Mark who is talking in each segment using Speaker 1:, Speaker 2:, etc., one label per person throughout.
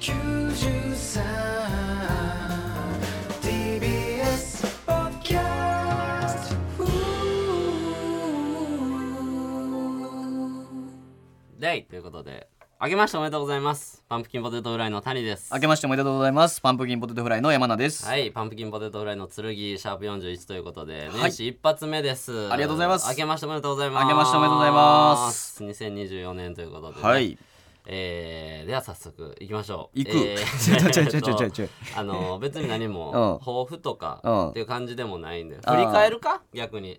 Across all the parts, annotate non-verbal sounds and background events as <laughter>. Speaker 1: 93 TBS ポッドキャストう
Speaker 2: でいということであけましておめでとうございますパンプキンポテトフライの谷です
Speaker 3: 明けましておめでとうございます。パンプキンポテトフライの山名です。
Speaker 2: はいパンプキンポテトフライの剣シャープ41ということで
Speaker 3: はい
Speaker 2: 年始一発目です、
Speaker 3: ありがとうございます
Speaker 2: あけましておめでとうございます
Speaker 3: 明けましておめでとうございます
Speaker 2: 2024年ということでね、
Speaker 3: はい。
Speaker 2: えー、では早速行きましょう
Speaker 3: 行く
Speaker 2: え
Speaker 3: ちょいちょいちょいちょいちょい
Speaker 2: <laughs> あの別に何
Speaker 3: <laughs> う
Speaker 2: も
Speaker 3: ん
Speaker 2: 抱負とか
Speaker 3: うん
Speaker 2: っていう感じでもないんで
Speaker 3: あ
Speaker 2: 振
Speaker 3: ー
Speaker 2: り返るか逆に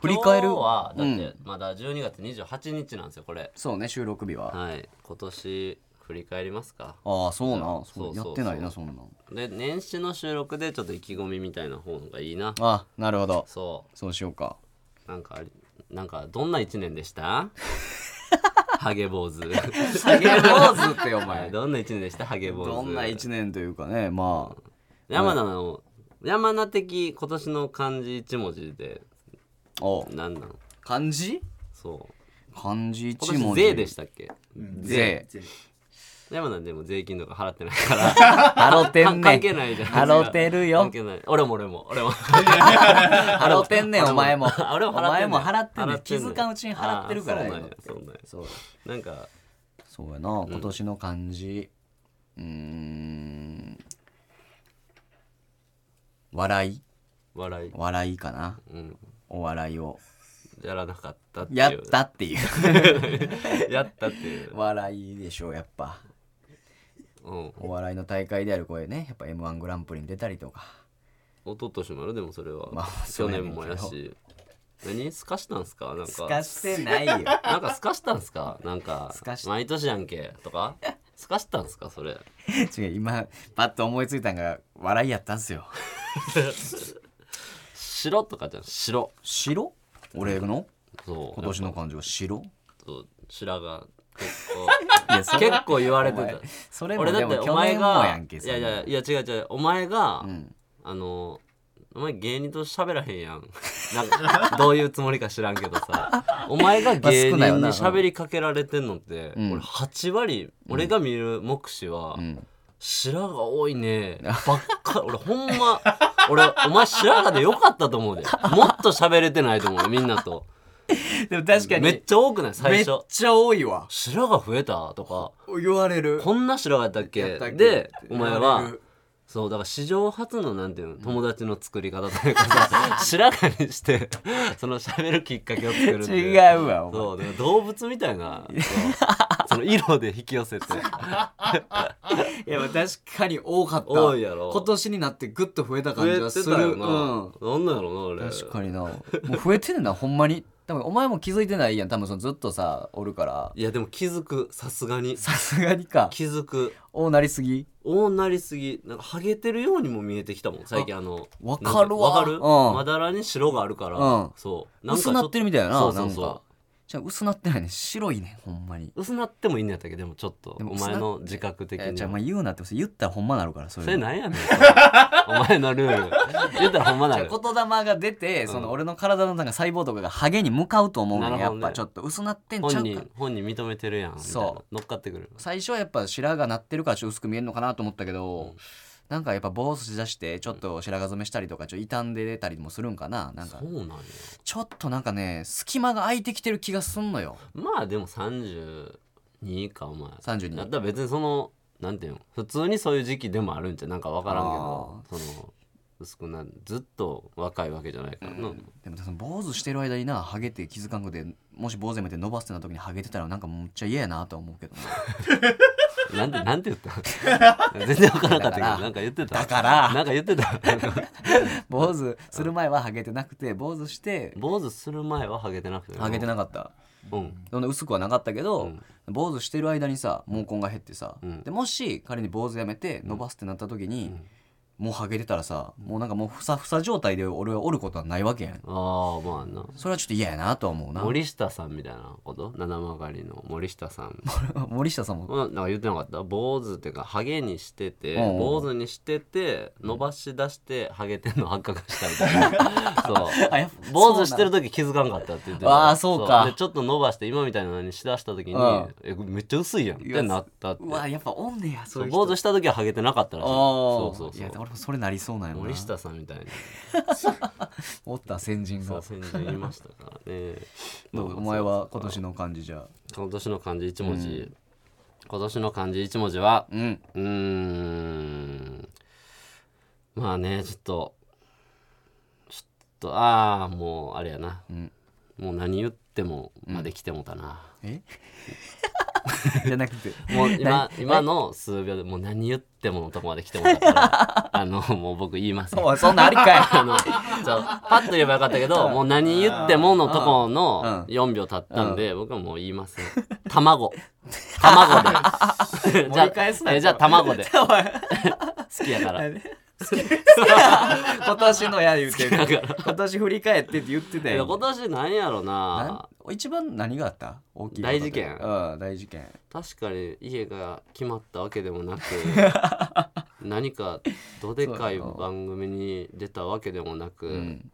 Speaker 3: 振り返る
Speaker 2: 今日はだっ
Speaker 3: う
Speaker 2: て
Speaker 3: ん
Speaker 2: まだ12月28日なんですよこれ
Speaker 3: そうね、収録日は。
Speaker 2: はい今年振り返りますか
Speaker 3: ああ、そうな。そう
Speaker 2: そうそう
Speaker 3: やってないな、そんな。
Speaker 2: で年始の収録でちょっと意気込みみたいな方がいいな
Speaker 3: あなるほど。
Speaker 2: そ
Speaker 3: そうしようか。
Speaker 2: うなんかありなんかどんな一年でした
Speaker 3: <laughs>
Speaker 2: ハゲ坊主
Speaker 3: ハゲ坊主ってお
Speaker 2: はい
Speaker 3: 前。
Speaker 2: どんな一年でしたハゲ坊主
Speaker 3: どんな一年というかね、まあ。
Speaker 2: 山名の山名的今年の漢字一文字で
Speaker 3: おう
Speaker 2: 何なの
Speaker 3: 漢字
Speaker 2: そう
Speaker 3: 漢字一
Speaker 2: 今年
Speaker 3: 文字。
Speaker 2: 税でしたっけ
Speaker 3: 税。
Speaker 2: 山名でも税金とか払ってないから
Speaker 3: <laughs> ハロてんね
Speaker 2: 関
Speaker 3: ん
Speaker 2: 係。ないじゃん
Speaker 3: ハロてるよ
Speaker 2: 関係ない俺も俺も俺も
Speaker 3: ハロてんねん、お前も。
Speaker 2: 俺も
Speaker 3: <laughs> お
Speaker 2: 払って
Speaker 3: 前
Speaker 2: ん
Speaker 3: も払ってんねん。気
Speaker 2: 払
Speaker 3: づかんうちに払ってるから
Speaker 2: あー
Speaker 3: や
Speaker 2: そうなんやそうなんや
Speaker 3: そう
Speaker 2: なんか
Speaker 3: そうやな、今年の漢字。うーん。笑い
Speaker 2: 笑い、
Speaker 3: 笑いかな。
Speaker 2: うん、
Speaker 3: お笑いを。
Speaker 2: やらなかったっていう
Speaker 3: やったって <laughs> い
Speaker 2: <laughs>
Speaker 3: う。
Speaker 2: やったっていう、
Speaker 3: 笑いでしょう、やっぱ。
Speaker 2: うん、
Speaker 3: お笑いの大会であるこれね、やっぱ M1 グランプリに出たりとか。
Speaker 2: 一昨年もやるでもそれは、
Speaker 3: まあ
Speaker 2: 去
Speaker 3: そうや
Speaker 2: 年
Speaker 3: ねんけど
Speaker 2: もやし何すかしたんすかなん
Speaker 3: すか
Speaker 2: か
Speaker 3: してない <laughs> よ。
Speaker 2: なんかすかしたんすかなんか
Speaker 3: すかし
Speaker 2: 毎年やんけとかすかしたんすかそれ
Speaker 3: 違う、今、パッと思いついたんが、笑いやったんすよ。
Speaker 2: 白とかじゃん白
Speaker 3: 白俺の
Speaker 2: そう
Speaker 3: 今年
Speaker 2: や
Speaker 3: の
Speaker 2: っぱ
Speaker 3: 漢字は白
Speaker 2: そう白が結
Speaker 3: <laughs> いや、そ
Speaker 2: 構結構言われて
Speaker 3: お前
Speaker 2: た
Speaker 3: それも
Speaker 2: 俺だ
Speaker 3: で
Speaker 2: って
Speaker 3: も
Speaker 2: お
Speaker 3: 去
Speaker 2: 前
Speaker 3: 年もや
Speaker 2: が
Speaker 3: んけ、
Speaker 2: い
Speaker 3: そん
Speaker 2: や
Speaker 3: ない
Speaker 2: やいや違う違うお前が、
Speaker 3: うん。
Speaker 2: あのお前芸人と喋らへんやんなんかどういうつもりか知らんけど
Speaker 3: <laughs>
Speaker 2: さお前が芸人に
Speaker 3: まあ少ないよな
Speaker 2: 喋りかけられてんのって、
Speaker 3: うん
Speaker 2: 俺8割俺が見る目視は、
Speaker 3: うん。
Speaker 2: 白が多い
Speaker 3: <laughs>
Speaker 2: ねばっか俺ほんま俺お前白髪でよかったと思うでもっと喋れてないと思うみんなと
Speaker 3: でも確か
Speaker 2: め
Speaker 3: に
Speaker 2: っ、ちゃ多くない
Speaker 3: め
Speaker 2: 最
Speaker 3: っ
Speaker 2: 初
Speaker 3: ちゃ多いわ。
Speaker 2: 白が増えたとか
Speaker 3: 言われる
Speaker 2: こんな白髪やったっけ
Speaker 3: やったっけ
Speaker 2: で
Speaker 3: って
Speaker 2: お前
Speaker 3: 言わ
Speaker 2: は
Speaker 3: れる
Speaker 2: そうだから史上初のなんていうの友達の作り方というか
Speaker 3: <laughs>
Speaker 2: さ白髪にしてその喋るきっかけを作るんで
Speaker 3: 違うわお前
Speaker 2: そうだから動物みたいなそうその色で引き寄
Speaker 3: <laughs>
Speaker 2: せて
Speaker 3: いやまあ確かに多かった
Speaker 2: 多いやろ
Speaker 3: 今年になってグッと増えた
Speaker 2: 増
Speaker 3: 感じ
Speaker 2: え
Speaker 3: はす
Speaker 2: て
Speaker 3: る
Speaker 2: たよ
Speaker 3: う
Speaker 2: な、
Speaker 3: ん、
Speaker 2: なんだろうな俺
Speaker 3: 確かになもう増えてるなほんまに多分お前も気づいてないやん多分そのずっとさおるから
Speaker 2: いやでも気づくさすがに
Speaker 3: さすがにか
Speaker 2: 気づく
Speaker 3: おなりすぎ
Speaker 2: 大なりすぎなんかハゲてるようにも見えてきたもん最近あの
Speaker 3: わかるわ
Speaker 2: なんていうの
Speaker 3: う
Speaker 2: かる
Speaker 3: ん
Speaker 2: まだらに白があるから、
Speaker 3: うん
Speaker 2: そうなんかちょ
Speaker 3: 薄なってるみたいやな
Speaker 2: そうそうそう
Speaker 3: なんかじゃあ薄なってないね白いねほんまに
Speaker 2: 薄なってもいいんやったっけどでもちょっと
Speaker 3: でも
Speaker 2: お前の自覚的
Speaker 3: え
Speaker 2: に
Speaker 3: じゃあま
Speaker 2: は
Speaker 3: あ言うなって言ったらほんまなるからそれ
Speaker 2: それなんやねんお前のルール言ったらほんまな
Speaker 3: じゃあ
Speaker 2: る
Speaker 3: 言霊が出て、その俺の体のなんか細胞とかがハゲに向かうと思うね
Speaker 2: なる
Speaker 3: ん
Speaker 2: ほ
Speaker 3: や
Speaker 2: ど
Speaker 3: っ
Speaker 2: ね
Speaker 3: ぱちょっと薄なってんちゃ
Speaker 2: 本
Speaker 3: うか
Speaker 2: 人本人認めてるやんみたいな
Speaker 3: そ
Speaker 2: 乗っかってくる
Speaker 3: 最初はやっぱ白髪なってるからちょっと薄く見えるのかなと思ったけど、なんかやっぱ坊主しだしてちょっと白髪染めしたりとかちょっと傷んで出たりもするんかななんか
Speaker 2: そうなんや
Speaker 3: ちょっとなんかね隙間が空いてきてる気がすんのよ
Speaker 2: まあでも32かお前
Speaker 3: 32
Speaker 2: だったら別にそのなんていうの普通にそういう時期でもあるんじゃなんか分からんけどその薄くなずっと若いわけじゃないからな、
Speaker 3: でもその坊主してる間になハゲて気づかんくてもし坊主やめて伸ばすってなった時にハゲてたらなんかむっちゃ嫌やなとは思うけどね
Speaker 2: なんてなんて言った <laughs> 全然分からなかったけど
Speaker 3: だから
Speaker 2: なんか言ってた
Speaker 3: だから
Speaker 2: なんか言ってた <laughs>
Speaker 3: 坊主する前はハゲてなくて坊主して
Speaker 2: 坊主する前はハゲてなくて
Speaker 3: ハゲてなかった
Speaker 2: うん
Speaker 3: そんな薄くはなかったけど、坊主してる間にさ毛根が減ってさ、
Speaker 2: うん
Speaker 3: でもし仮に坊主やめて伸ばすってなった時に、もうハゲてたらさもうなんかもうふさふさ状態で俺はおることはないわけやん
Speaker 2: ああまあな
Speaker 3: それはちょっと嫌やなとは思うな
Speaker 2: 森下さんみたいなこと七曲りの森下さん
Speaker 3: <laughs>
Speaker 2: <laughs>
Speaker 3: 森下さんも
Speaker 2: うんなんか言ってなかった坊主っていうかハゲにしてて
Speaker 3: うんうん
Speaker 2: 坊主にしてて伸ばし出してハゲてんの発覚したみたい
Speaker 3: <laughs>
Speaker 2: なそう
Speaker 3: あやっぱ
Speaker 2: 坊主してる時気づかんかったって言ってた
Speaker 3: あーそうか
Speaker 2: でちょっと伸ばして今みたいなのにしだした時に
Speaker 3: うん
Speaker 2: えめっちゃ薄いやんってなったって
Speaker 3: うわやっぱおんねやそ
Speaker 2: そう
Speaker 3: いうう
Speaker 2: 坊
Speaker 3: 人
Speaker 2: 主した時はハゲてなかったらしいそ
Speaker 3: あ
Speaker 2: う
Speaker 3: ー
Speaker 2: そう
Speaker 3: いや
Speaker 2: そう
Speaker 3: 俺もそれなりそうなんやろな
Speaker 2: 森下さんみたいに
Speaker 3: おった先人
Speaker 2: そ
Speaker 3: が
Speaker 2: う先人いましたからね
Speaker 3: どうお前は今年の感じじゃ
Speaker 2: 今年の漢字一文字、今年の漢字一文字は <laughs>
Speaker 3: うん
Speaker 2: うーんまあねちょっとちょっとああもうあれやな、
Speaker 3: ん
Speaker 2: もう何言ってもまで来てもたな、
Speaker 3: え <laughs> じゃなくて <laughs>
Speaker 2: もう今今の数秒でもう何言ってものとこまで来てもたからあのもう僕言いません
Speaker 3: おいそんなんありか
Speaker 2: <laughs> あのそうパッと言えばよかったけどもう何言ってものとこの
Speaker 3: う
Speaker 2: 4秒経ったんで僕はもう言いません <laughs> 卵卵で <laughs> じゃ
Speaker 3: 盛り返すな
Speaker 2: あえじゃあ卵で
Speaker 3: いおい
Speaker 2: <laughs> 好きやから <laughs>
Speaker 3: 今年のや言うてる今年振り返ってって言ってた
Speaker 2: いや
Speaker 3: よ
Speaker 2: 今年なんやろ
Speaker 3: なん
Speaker 2: な
Speaker 3: 一番何があった大きい
Speaker 2: 大事件
Speaker 3: うん大事件
Speaker 2: 確かに家が決まったわけでも <laughs> なく何かどでかい
Speaker 3: そうやな
Speaker 2: 番組に出たわけでもなく、
Speaker 3: うん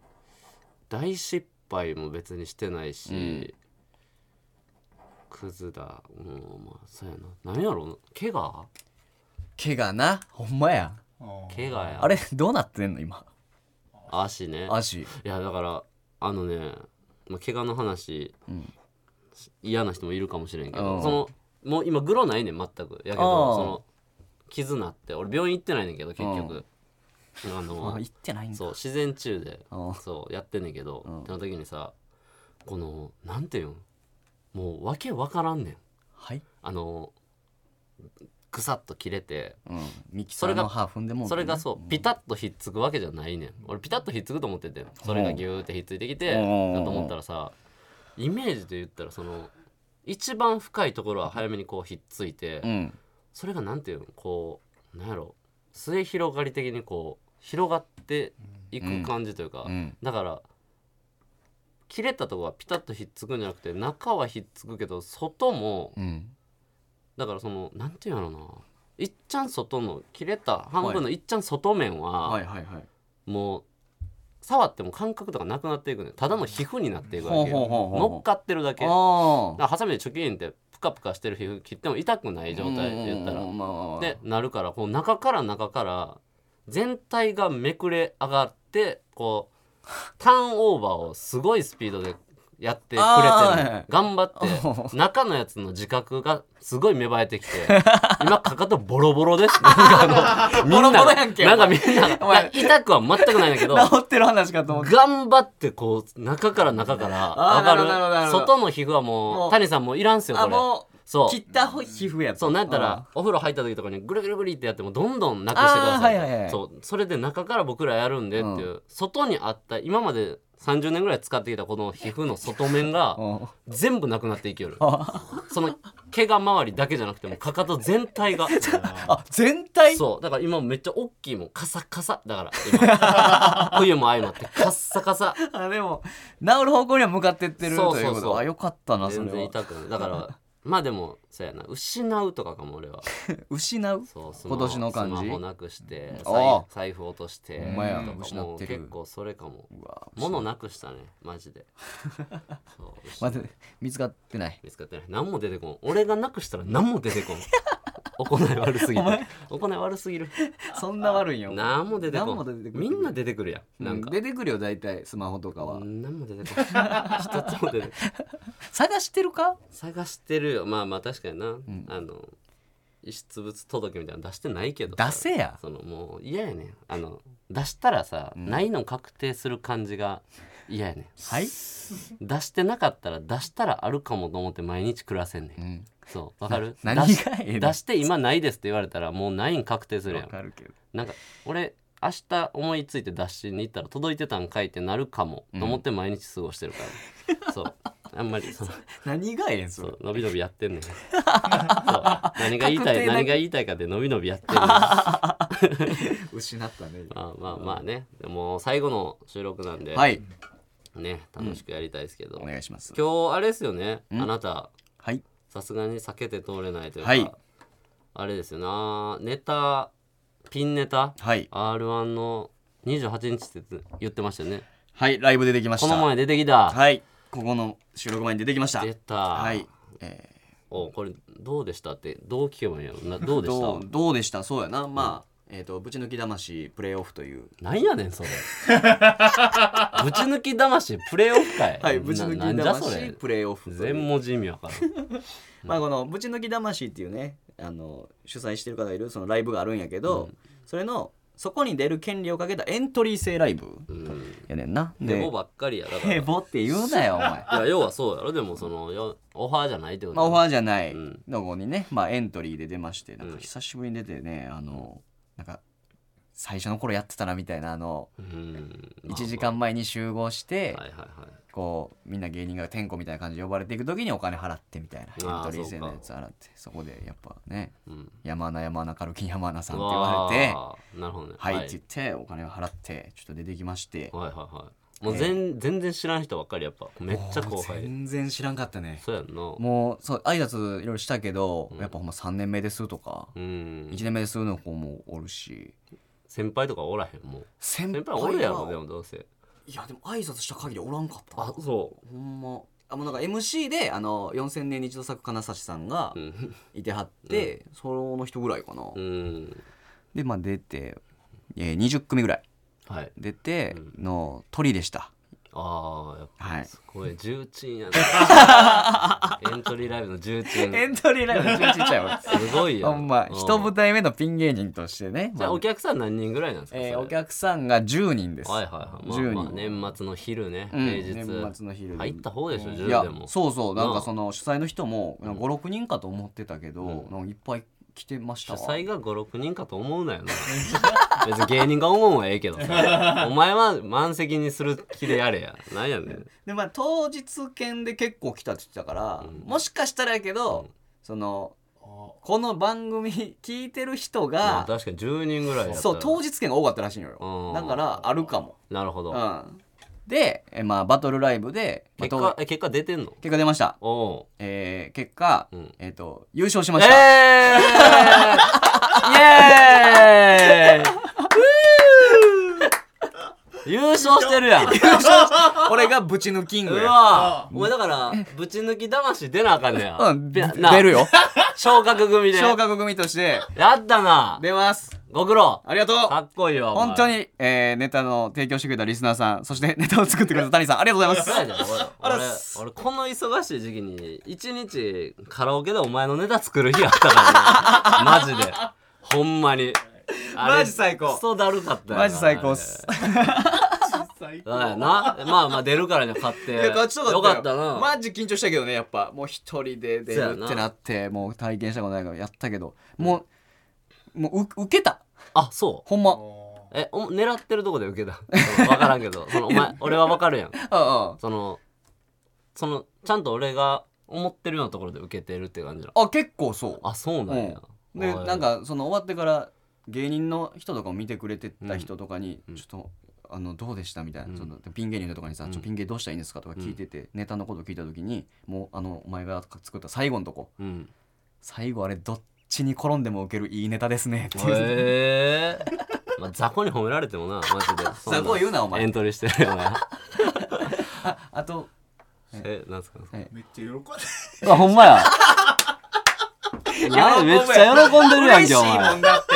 Speaker 2: 大失敗も別にしてないし、クズだもうまあそうやな何やろう怪我
Speaker 3: 怪我なほんまや
Speaker 2: 怪我や
Speaker 3: あれどうなってんの今
Speaker 2: 足ね
Speaker 3: 足
Speaker 2: いやだからあのね、まあ、怪我の話、
Speaker 3: ん
Speaker 2: 嫌な人もいるかもしれんけど、
Speaker 3: うん
Speaker 2: そのもう今グロないねん全くやけど
Speaker 3: あー
Speaker 2: その傷なって俺病院行ってないねんけど結局、あ
Speaker 3: あ
Speaker 2: の
Speaker 3: 行ってないん
Speaker 2: そ
Speaker 3: だ
Speaker 2: う自然中で
Speaker 3: うん
Speaker 2: そうやってんねんけど、
Speaker 3: うん
Speaker 2: その時にさこのなんていうんもうわけわからんねん
Speaker 3: はい
Speaker 2: あのぐさっと切れて
Speaker 3: うんミキサーの歯踏んでもうて
Speaker 2: それがそうピタ
Speaker 3: ッ
Speaker 2: ッとひっつくわけじゃないねん俺ピタッとひっつくと思っててんそれがギューってひっついてきてだ
Speaker 3: う
Speaker 2: と
Speaker 3: ん
Speaker 2: 思ったらさイメージで言ったらその一番深いところは早めにこうひっついて
Speaker 3: うん
Speaker 2: それがなんていうのこうなんやろ末広がり的にこう広がっていく感じというか
Speaker 3: うん
Speaker 2: だから切れたところはピタッとひっつくんじゃなくて中はひっつくけど外も
Speaker 3: うん
Speaker 2: だからそのなんていうんやろないっちゃん外の切れた半分のいっちゃん外面は、
Speaker 3: はいはいはい
Speaker 2: もう触っても感覚とかなくなっていくねただの皮膚になっていくだけ
Speaker 3: ほうほうほうほう
Speaker 2: 乗っかってるだけだか
Speaker 3: あ
Speaker 2: らハサミでチョキーンってプカプカしてる皮膚切っても痛くない
Speaker 3: あ
Speaker 2: 状態で言ったら
Speaker 3: ら
Speaker 2: でなるからこう中から中から全体がめくれ上がってこうターンオーバーをすごいスピードでやってくれてる
Speaker 3: あーはい
Speaker 2: 頑張
Speaker 3: お <laughs>
Speaker 2: って中のやつの自覚がすごい芽生えてきて今かかとボロボロ
Speaker 3: <laughs>
Speaker 2: ですなんかあのみんな
Speaker 3: ボロボロ
Speaker 2: が
Speaker 3: やんけ
Speaker 2: なんかみんな
Speaker 3: お前
Speaker 2: が痛くは全くないんだけど
Speaker 3: 治ってる話かと思って
Speaker 2: 頑張ってこう中から中から
Speaker 3: あーなるほどな
Speaker 2: 上
Speaker 3: る
Speaker 2: が
Speaker 3: ほ
Speaker 2: る
Speaker 3: ど
Speaker 2: 外の皮膚はも
Speaker 3: もう
Speaker 2: う谷さんもういらんすよ
Speaker 3: あ
Speaker 2: これ
Speaker 3: も
Speaker 2: そうう
Speaker 3: 切った皮膚やと
Speaker 2: そうなんやった
Speaker 3: うん
Speaker 2: らお風呂入った時とかにぐるぐるぐりってやってもどんどんなくしてください,、
Speaker 3: あーはいはいはい
Speaker 2: そうそれで中から僕らやるんでっていう、外にあった今まで30年ぐらい使ってきたこの皮膚の外面が
Speaker 3: うん
Speaker 2: 全部なくなっていける
Speaker 3: あ
Speaker 2: その毛が周りだけじゃなくてもかかと全体
Speaker 3: <laughs>
Speaker 2: が
Speaker 3: あ全体
Speaker 2: <laughs> そうだから今めっちゃ大きいもんカサカサだから
Speaker 3: <laughs>
Speaker 2: 今冬もああいうのってカッサカサ
Speaker 3: あでも治る方向には向かってってる
Speaker 2: そう
Speaker 3: と
Speaker 2: そう
Speaker 3: い
Speaker 2: そう
Speaker 3: うことあよかったなそ
Speaker 2: 全然
Speaker 3: れは
Speaker 2: 痛くないだからまあでもそうやな失うとかかも俺は
Speaker 3: 失う
Speaker 2: そうスマ
Speaker 3: 今
Speaker 2: ホ
Speaker 3: 年の感じ
Speaker 2: スマホなくして
Speaker 3: ああ
Speaker 2: 財財布落として
Speaker 3: ほんまや
Speaker 2: とか
Speaker 3: 失
Speaker 2: もう
Speaker 3: ってる
Speaker 2: 結構それかも
Speaker 3: うわ
Speaker 2: 物なくしたねマジ
Speaker 3: <laughs>
Speaker 2: でそう失
Speaker 3: 待って見つかってない <laughs>
Speaker 2: 見つかってない何も出てこん俺がなくしたら何も出てこん行い悪すぎ
Speaker 3: お
Speaker 2: る
Speaker 3: 前
Speaker 2: 行い悪すぎる
Speaker 3: そんな悪いんよ
Speaker 2: 何も出てこ
Speaker 3: 何も出
Speaker 2: ん
Speaker 3: てくる
Speaker 2: みんな出てくるやんなんか
Speaker 3: 出てくるよ大体スマホとかは
Speaker 2: 何も出てこん
Speaker 3: <laughs>
Speaker 2: 一つも出てこん
Speaker 3: 探してるか
Speaker 2: 探してるよまあまあ確かにな、あの遺失物届みたいなの出してないけどさ
Speaker 3: 出せや
Speaker 2: そのもう嫌やねんあの出したらさ、ないの確定する感じが嫌やねん
Speaker 3: はい
Speaker 2: 出してなかったら出したらあるかもと思って毎日暮らせんねん、
Speaker 3: ん
Speaker 2: そうわかる
Speaker 3: な何がええね
Speaker 2: 出し
Speaker 3: ん
Speaker 2: 出して今ないですって言われたらもうないん確定するやん
Speaker 3: るけど
Speaker 2: なんか俺明日思いついて脱しに行ったら届いてたんかいってなるかもと思って毎日過ごしてるから、
Speaker 3: <laughs>
Speaker 2: そうあんまりその
Speaker 3: 何がええんそ
Speaker 2: そ
Speaker 3: れ
Speaker 2: う伸び伸び
Speaker 3: <laughs>
Speaker 2: やってんねんそう何が言いた
Speaker 3: 確定
Speaker 2: い
Speaker 3: な
Speaker 2: 何が言いたいかで伸び伸びやってんね
Speaker 3: 失ったね
Speaker 2: まあまあまあねもう最後の収録なんで、
Speaker 3: はい
Speaker 2: ね楽しくやりたいですけど、
Speaker 3: お願いします
Speaker 2: 今日あれですよねあなた
Speaker 3: はい
Speaker 2: さすがに避けて通れないというか、
Speaker 3: はい
Speaker 2: あれですよなネタピンネタ
Speaker 3: はい
Speaker 2: r 1の28日って言ってましたよね
Speaker 3: はいライブ出てきました
Speaker 2: この前出てきた、
Speaker 3: はいここの収録前に出てきました
Speaker 2: 出た、
Speaker 3: はい、え
Speaker 2: おこれどうでしたってどう聞けばいいんやろなどう
Speaker 3: ー
Speaker 2: でし
Speaker 3: どう
Speaker 2: た
Speaker 3: どうでしたそうやなまあ、えっ、とぶち抜き魂プレイオフという
Speaker 2: なんやねんそ
Speaker 3: <laughs>
Speaker 2: れぶち抜き魂プレーオフ会
Speaker 3: はいぶち抜
Speaker 2: な
Speaker 3: き
Speaker 2: なんじゃそれ
Speaker 3: 魂プレイオフという
Speaker 2: 全文字意味わからん
Speaker 3: まあこの「ぶち抜き魂」っていうねあの主催してる方がいるそのライブがあるんやけど、それのそこに出る権利をかけたエントリー制ライブ
Speaker 2: うん
Speaker 3: やねんな
Speaker 2: で
Speaker 3: で
Speaker 2: もばっかりやだから
Speaker 3: ヘボって言うなよ
Speaker 2: <laughs>
Speaker 3: お前
Speaker 2: いや要はそうやろでもそのよオファーじゃないってこと
Speaker 3: まあオファーじゃない
Speaker 2: うん
Speaker 3: の子にね、まあ、エントリーで出ましてなん
Speaker 2: う
Speaker 3: か
Speaker 2: ん
Speaker 3: 久しぶりに出てねあのなんか最初の頃やってたなみたいなあの
Speaker 2: うんまあ
Speaker 3: 1時間前に集合して
Speaker 2: はいはいはい
Speaker 3: こうみんな芸人が天候みたいな感じで呼ばれていく時にお金払ってみたいなエン
Speaker 2: あー
Speaker 3: トリー制のやつ払ってそこでやっぱね
Speaker 2: うん
Speaker 3: 山名山名カルキン山名さんって言われて
Speaker 2: う。わーなるほどね
Speaker 3: はい
Speaker 2: は
Speaker 3: って言ってお金を払ってちょっと出てきまして
Speaker 2: はいはいはいもう全,、全然知らん人ばっかりやっぱめっちゃ後
Speaker 3: もう
Speaker 2: 輩
Speaker 3: 全然知らんかったね
Speaker 2: そうやんな
Speaker 3: もうそう挨拶いろいろしたけど、やっぱほんま3年目ですとか、
Speaker 2: うん
Speaker 3: 一1年目ですの子もおるし
Speaker 2: 先輩とかおらへんもう
Speaker 3: 先
Speaker 2: 先輩おるやろでもどうせ
Speaker 3: いやでも挨拶した限りおらんかった
Speaker 2: あそ
Speaker 3: ほんまあもうなんか MC であの4000年に一度咲く金指さんが
Speaker 2: ううん
Speaker 3: いてはって、その人ぐらいかな、
Speaker 2: うん
Speaker 3: でまあ出て、えー、20組ぐらい
Speaker 2: はい
Speaker 3: 出ての鳥でした、
Speaker 2: ああやっぱ
Speaker 3: はい
Speaker 2: すごい重鎮や
Speaker 3: <laughs>
Speaker 2: なエントリーライブの重鎮
Speaker 3: エントリーライブの11ちゃいます
Speaker 2: すご <laughs> いよ
Speaker 3: ほんま、一舞台目のピン芸人としてね。
Speaker 2: じゃあ
Speaker 3: まあ
Speaker 2: お客さん何人ぐらいなんですか
Speaker 3: えーお
Speaker 2: それ
Speaker 3: 客さんが10人です。
Speaker 2: はいはいはい、
Speaker 3: 10
Speaker 2: まあ、まあ
Speaker 3: 人
Speaker 2: 年末の昼ね、
Speaker 3: うん
Speaker 2: 平日
Speaker 3: 年末の昼で
Speaker 2: 入った方でしょ
Speaker 3: い
Speaker 2: 10
Speaker 3: や
Speaker 2: でも
Speaker 3: そうそうなん
Speaker 2: なあ
Speaker 3: かその主催の人も5、6人かと思ってたけど、
Speaker 2: うん
Speaker 3: なんかいっぱい来てまし
Speaker 2: 主
Speaker 3: たわ
Speaker 2: 催が56人かと思うなよな <laughs> 別に芸人が思うのはええけど
Speaker 3: <laughs>
Speaker 2: さお前は満席にする気でやれやなんやねん
Speaker 3: でまあ当日券で結構来たって言ってたから、もしかしたらやけど、そのこの番組聞いてる人
Speaker 2: まあ
Speaker 3: が、
Speaker 2: 確かに10人ぐらいやったら
Speaker 3: そう当日券が多かったらしいのよ
Speaker 2: うん
Speaker 3: だからあるかも、
Speaker 2: なるほど、
Speaker 3: うん、で、えまあ、バトルライブで、まあ
Speaker 2: 結果
Speaker 3: 当
Speaker 2: え結果出てんの
Speaker 3: 結果出ました
Speaker 2: おお
Speaker 3: えー結果、
Speaker 2: うん
Speaker 3: えっ、と、優勝し
Speaker 2: う
Speaker 3: ま
Speaker 2: え
Speaker 3: した。 <laughs>
Speaker 2: えー、イエーイ <laughs> ふう <laughs> 優勝してるやん
Speaker 3: 俺がブチのキング
Speaker 2: う
Speaker 3: や。
Speaker 2: わお前だ
Speaker 3: <laughs>
Speaker 2: からぶち抜き魂出なあかんねや、
Speaker 3: うん、
Speaker 2: で
Speaker 3: で
Speaker 2: な
Speaker 3: 出るよ。
Speaker 2: 昇格組で
Speaker 3: 昇格組として
Speaker 2: やったな
Speaker 3: 出ます。
Speaker 2: ご苦労
Speaker 3: ありがとう。
Speaker 2: かっこいいわお前
Speaker 3: 本当に、えーネタの提供してくれたリスナーさん、そしてネタを作ってくれた谷さん、ありがとうござい
Speaker 2: そうや
Speaker 3: ま。
Speaker 2: です俺俺俺この忙しい時期に一日カラオケでお前のネタ作る日あったか
Speaker 3: <laughs>
Speaker 2: らなマジでほんまにあれ
Speaker 3: マジ最高
Speaker 2: クソだるかったよな
Speaker 3: マジ最高っす
Speaker 2: あれそうやなまあまあ出るからには勝って
Speaker 3: いや勝ちたかったよ
Speaker 2: よかったな、
Speaker 3: マジ緊張したけどねやっぱもう一人で出るってなってもう体験したことないからやったけどもうもうう受けた
Speaker 2: あそう
Speaker 3: ほんま
Speaker 2: えお狙ってるとこで受けた分からんけどそのお前俺は分かるやん
Speaker 3: あ
Speaker 2: そのそのちゃんと俺が思ってるようなところで受けてるって感じだ
Speaker 3: ああ結構そう
Speaker 2: あそうなんや、
Speaker 3: うん、で
Speaker 2: おい
Speaker 3: なんかその終わってから芸人の人とかも見てくれてた人とかに「ちょっと、あのどうでした?」みたいな、そのピン芸人の人とかにさ「ちょピン芸どうしたらいいんですか?」とか聞いてて、ネタのことを聞いた時にもうあのお前が作った最後のとこ <laughs>
Speaker 2: うん
Speaker 3: 最後あれどっちに転んでも受けるいいネタですねっていう
Speaker 2: へえまあ雑魚に褒められてもなマジで
Speaker 3: <laughs> 雑魚言うなお前
Speaker 2: エントリーしてるよ
Speaker 3: <laughs>
Speaker 2: な
Speaker 3: ああと
Speaker 2: えなんすか
Speaker 4: めっちゃ喜んで
Speaker 2: あほん
Speaker 3: <laughs>
Speaker 2: まやめっちゃ喜んでるやんけお
Speaker 3: 嬉しいもんだって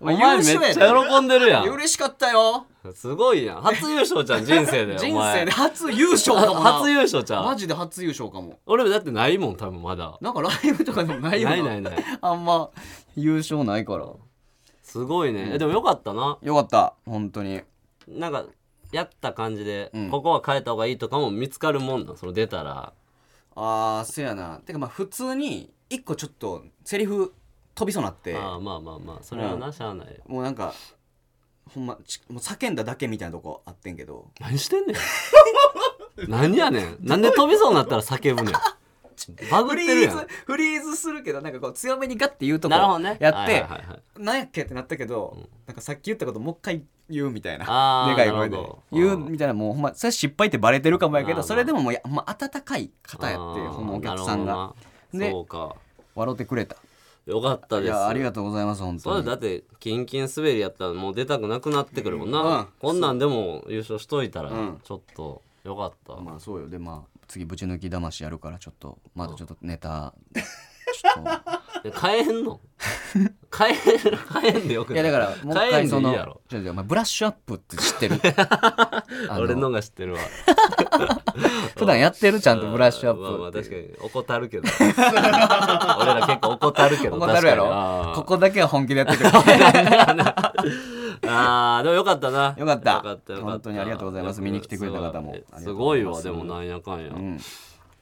Speaker 2: 前お前めっちゃ喜んでるやん
Speaker 3: 嬉しかったよ
Speaker 2: すごいやん初優勝じゃん人生で
Speaker 3: <laughs> 人
Speaker 2: お前
Speaker 3: 生で初優勝かもな
Speaker 2: 初優勝じゃ
Speaker 3: マ
Speaker 2: ん
Speaker 3: ジで初優勝かも
Speaker 2: 俺もだってないもん多分まだ
Speaker 3: なんかライブとかでもないよ
Speaker 2: ないないない
Speaker 3: あんま優勝ないから
Speaker 2: すごいねえでもよかったな
Speaker 3: よかった本当に
Speaker 2: なんかやった感じで、
Speaker 3: うん
Speaker 2: ここは変えた方がいいとかも見つかるもんなんその出たら
Speaker 3: あーせやなてかまあ普通に一個ちょっとセリフ飛びそうなって
Speaker 2: ああまあまあまあそれはな、しゃあないよ
Speaker 3: もうなんかほんまちもう叫んだだけみたいなとこあってんけど <laughs>
Speaker 2: 何してんねん何やねんなんで飛びそうになったら叫ぶねんバグっ
Speaker 3: フリ
Speaker 2: てる
Speaker 3: ー
Speaker 2: や
Speaker 3: ズ
Speaker 2: ん。
Speaker 3: フリーズするけどなんかこう強めにガッて言うとこ
Speaker 2: なるほどね。
Speaker 3: や
Speaker 2: は
Speaker 3: っ
Speaker 2: いはい
Speaker 3: て
Speaker 2: はいはい
Speaker 3: なんやっけってなったけど、なんかさっき言ったこともう一回言うみたいな
Speaker 2: あー
Speaker 3: でかい
Speaker 2: な
Speaker 3: 声で
Speaker 2: るほど
Speaker 3: 言うみたいなもうほんまそれ失敗ってバレてるかもやけ
Speaker 2: まあま
Speaker 3: ど
Speaker 2: あ
Speaker 3: それでももうや、まあ、温かい方やって
Speaker 2: あー
Speaker 3: ほんまお客さん
Speaker 2: なる
Speaker 3: が
Speaker 2: ほどな
Speaker 3: で
Speaker 2: そうか。
Speaker 3: 笑ってくれた
Speaker 2: よかった
Speaker 3: い
Speaker 2: です。
Speaker 3: やありがとうございます本
Speaker 2: そ
Speaker 3: 当
Speaker 2: れ
Speaker 3: に
Speaker 2: だってキンキン滑りやったらもう出たくなくなってくるもんな、
Speaker 3: うんうん
Speaker 2: こんなんでも優勝しといたら
Speaker 3: うん
Speaker 2: ちょっとよかった、
Speaker 3: まあそうよでまあ次ぶち抜き魂やるからちょっとまだちょっとネ
Speaker 2: <laughs>
Speaker 3: タちょっと
Speaker 2: で変えんの変え変えんでよく
Speaker 3: い
Speaker 2: な
Speaker 3: や
Speaker 2: い
Speaker 3: だからもう一
Speaker 2: 変え
Speaker 3: 回
Speaker 2: んで
Speaker 3: そ
Speaker 2: いい
Speaker 3: の
Speaker 2: やろ
Speaker 3: ちょっとお前ブラッシュアップって
Speaker 2: <laughs>
Speaker 3: 知ってるあ
Speaker 2: 俺のが知ってるわ
Speaker 3: 普段やってるちゃんとブラッシュアップ
Speaker 2: まあまあ
Speaker 3: っていう
Speaker 2: 確かに怠るけど <laughs> 俺ら結構怠るけど
Speaker 3: 怠るや
Speaker 2: 確か
Speaker 3: ろ
Speaker 2: に
Speaker 3: ここだけは本気でやってくれ
Speaker 2: <laughs> あーでもよかったな
Speaker 3: よかった
Speaker 2: よかったよかった
Speaker 3: 本当にありがとうございます
Speaker 2: よく
Speaker 3: 見に来てくれた方も
Speaker 2: すごい
Speaker 3: ありが
Speaker 2: す
Speaker 3: とう
Speaker 2: ご
Speaker 3: ござ
Speaker 2: い
Speaker 3: いま
Speaker 2: わで
Speaker 3: す
Speaker 2: もなんやかんや、
Speaker 3: うん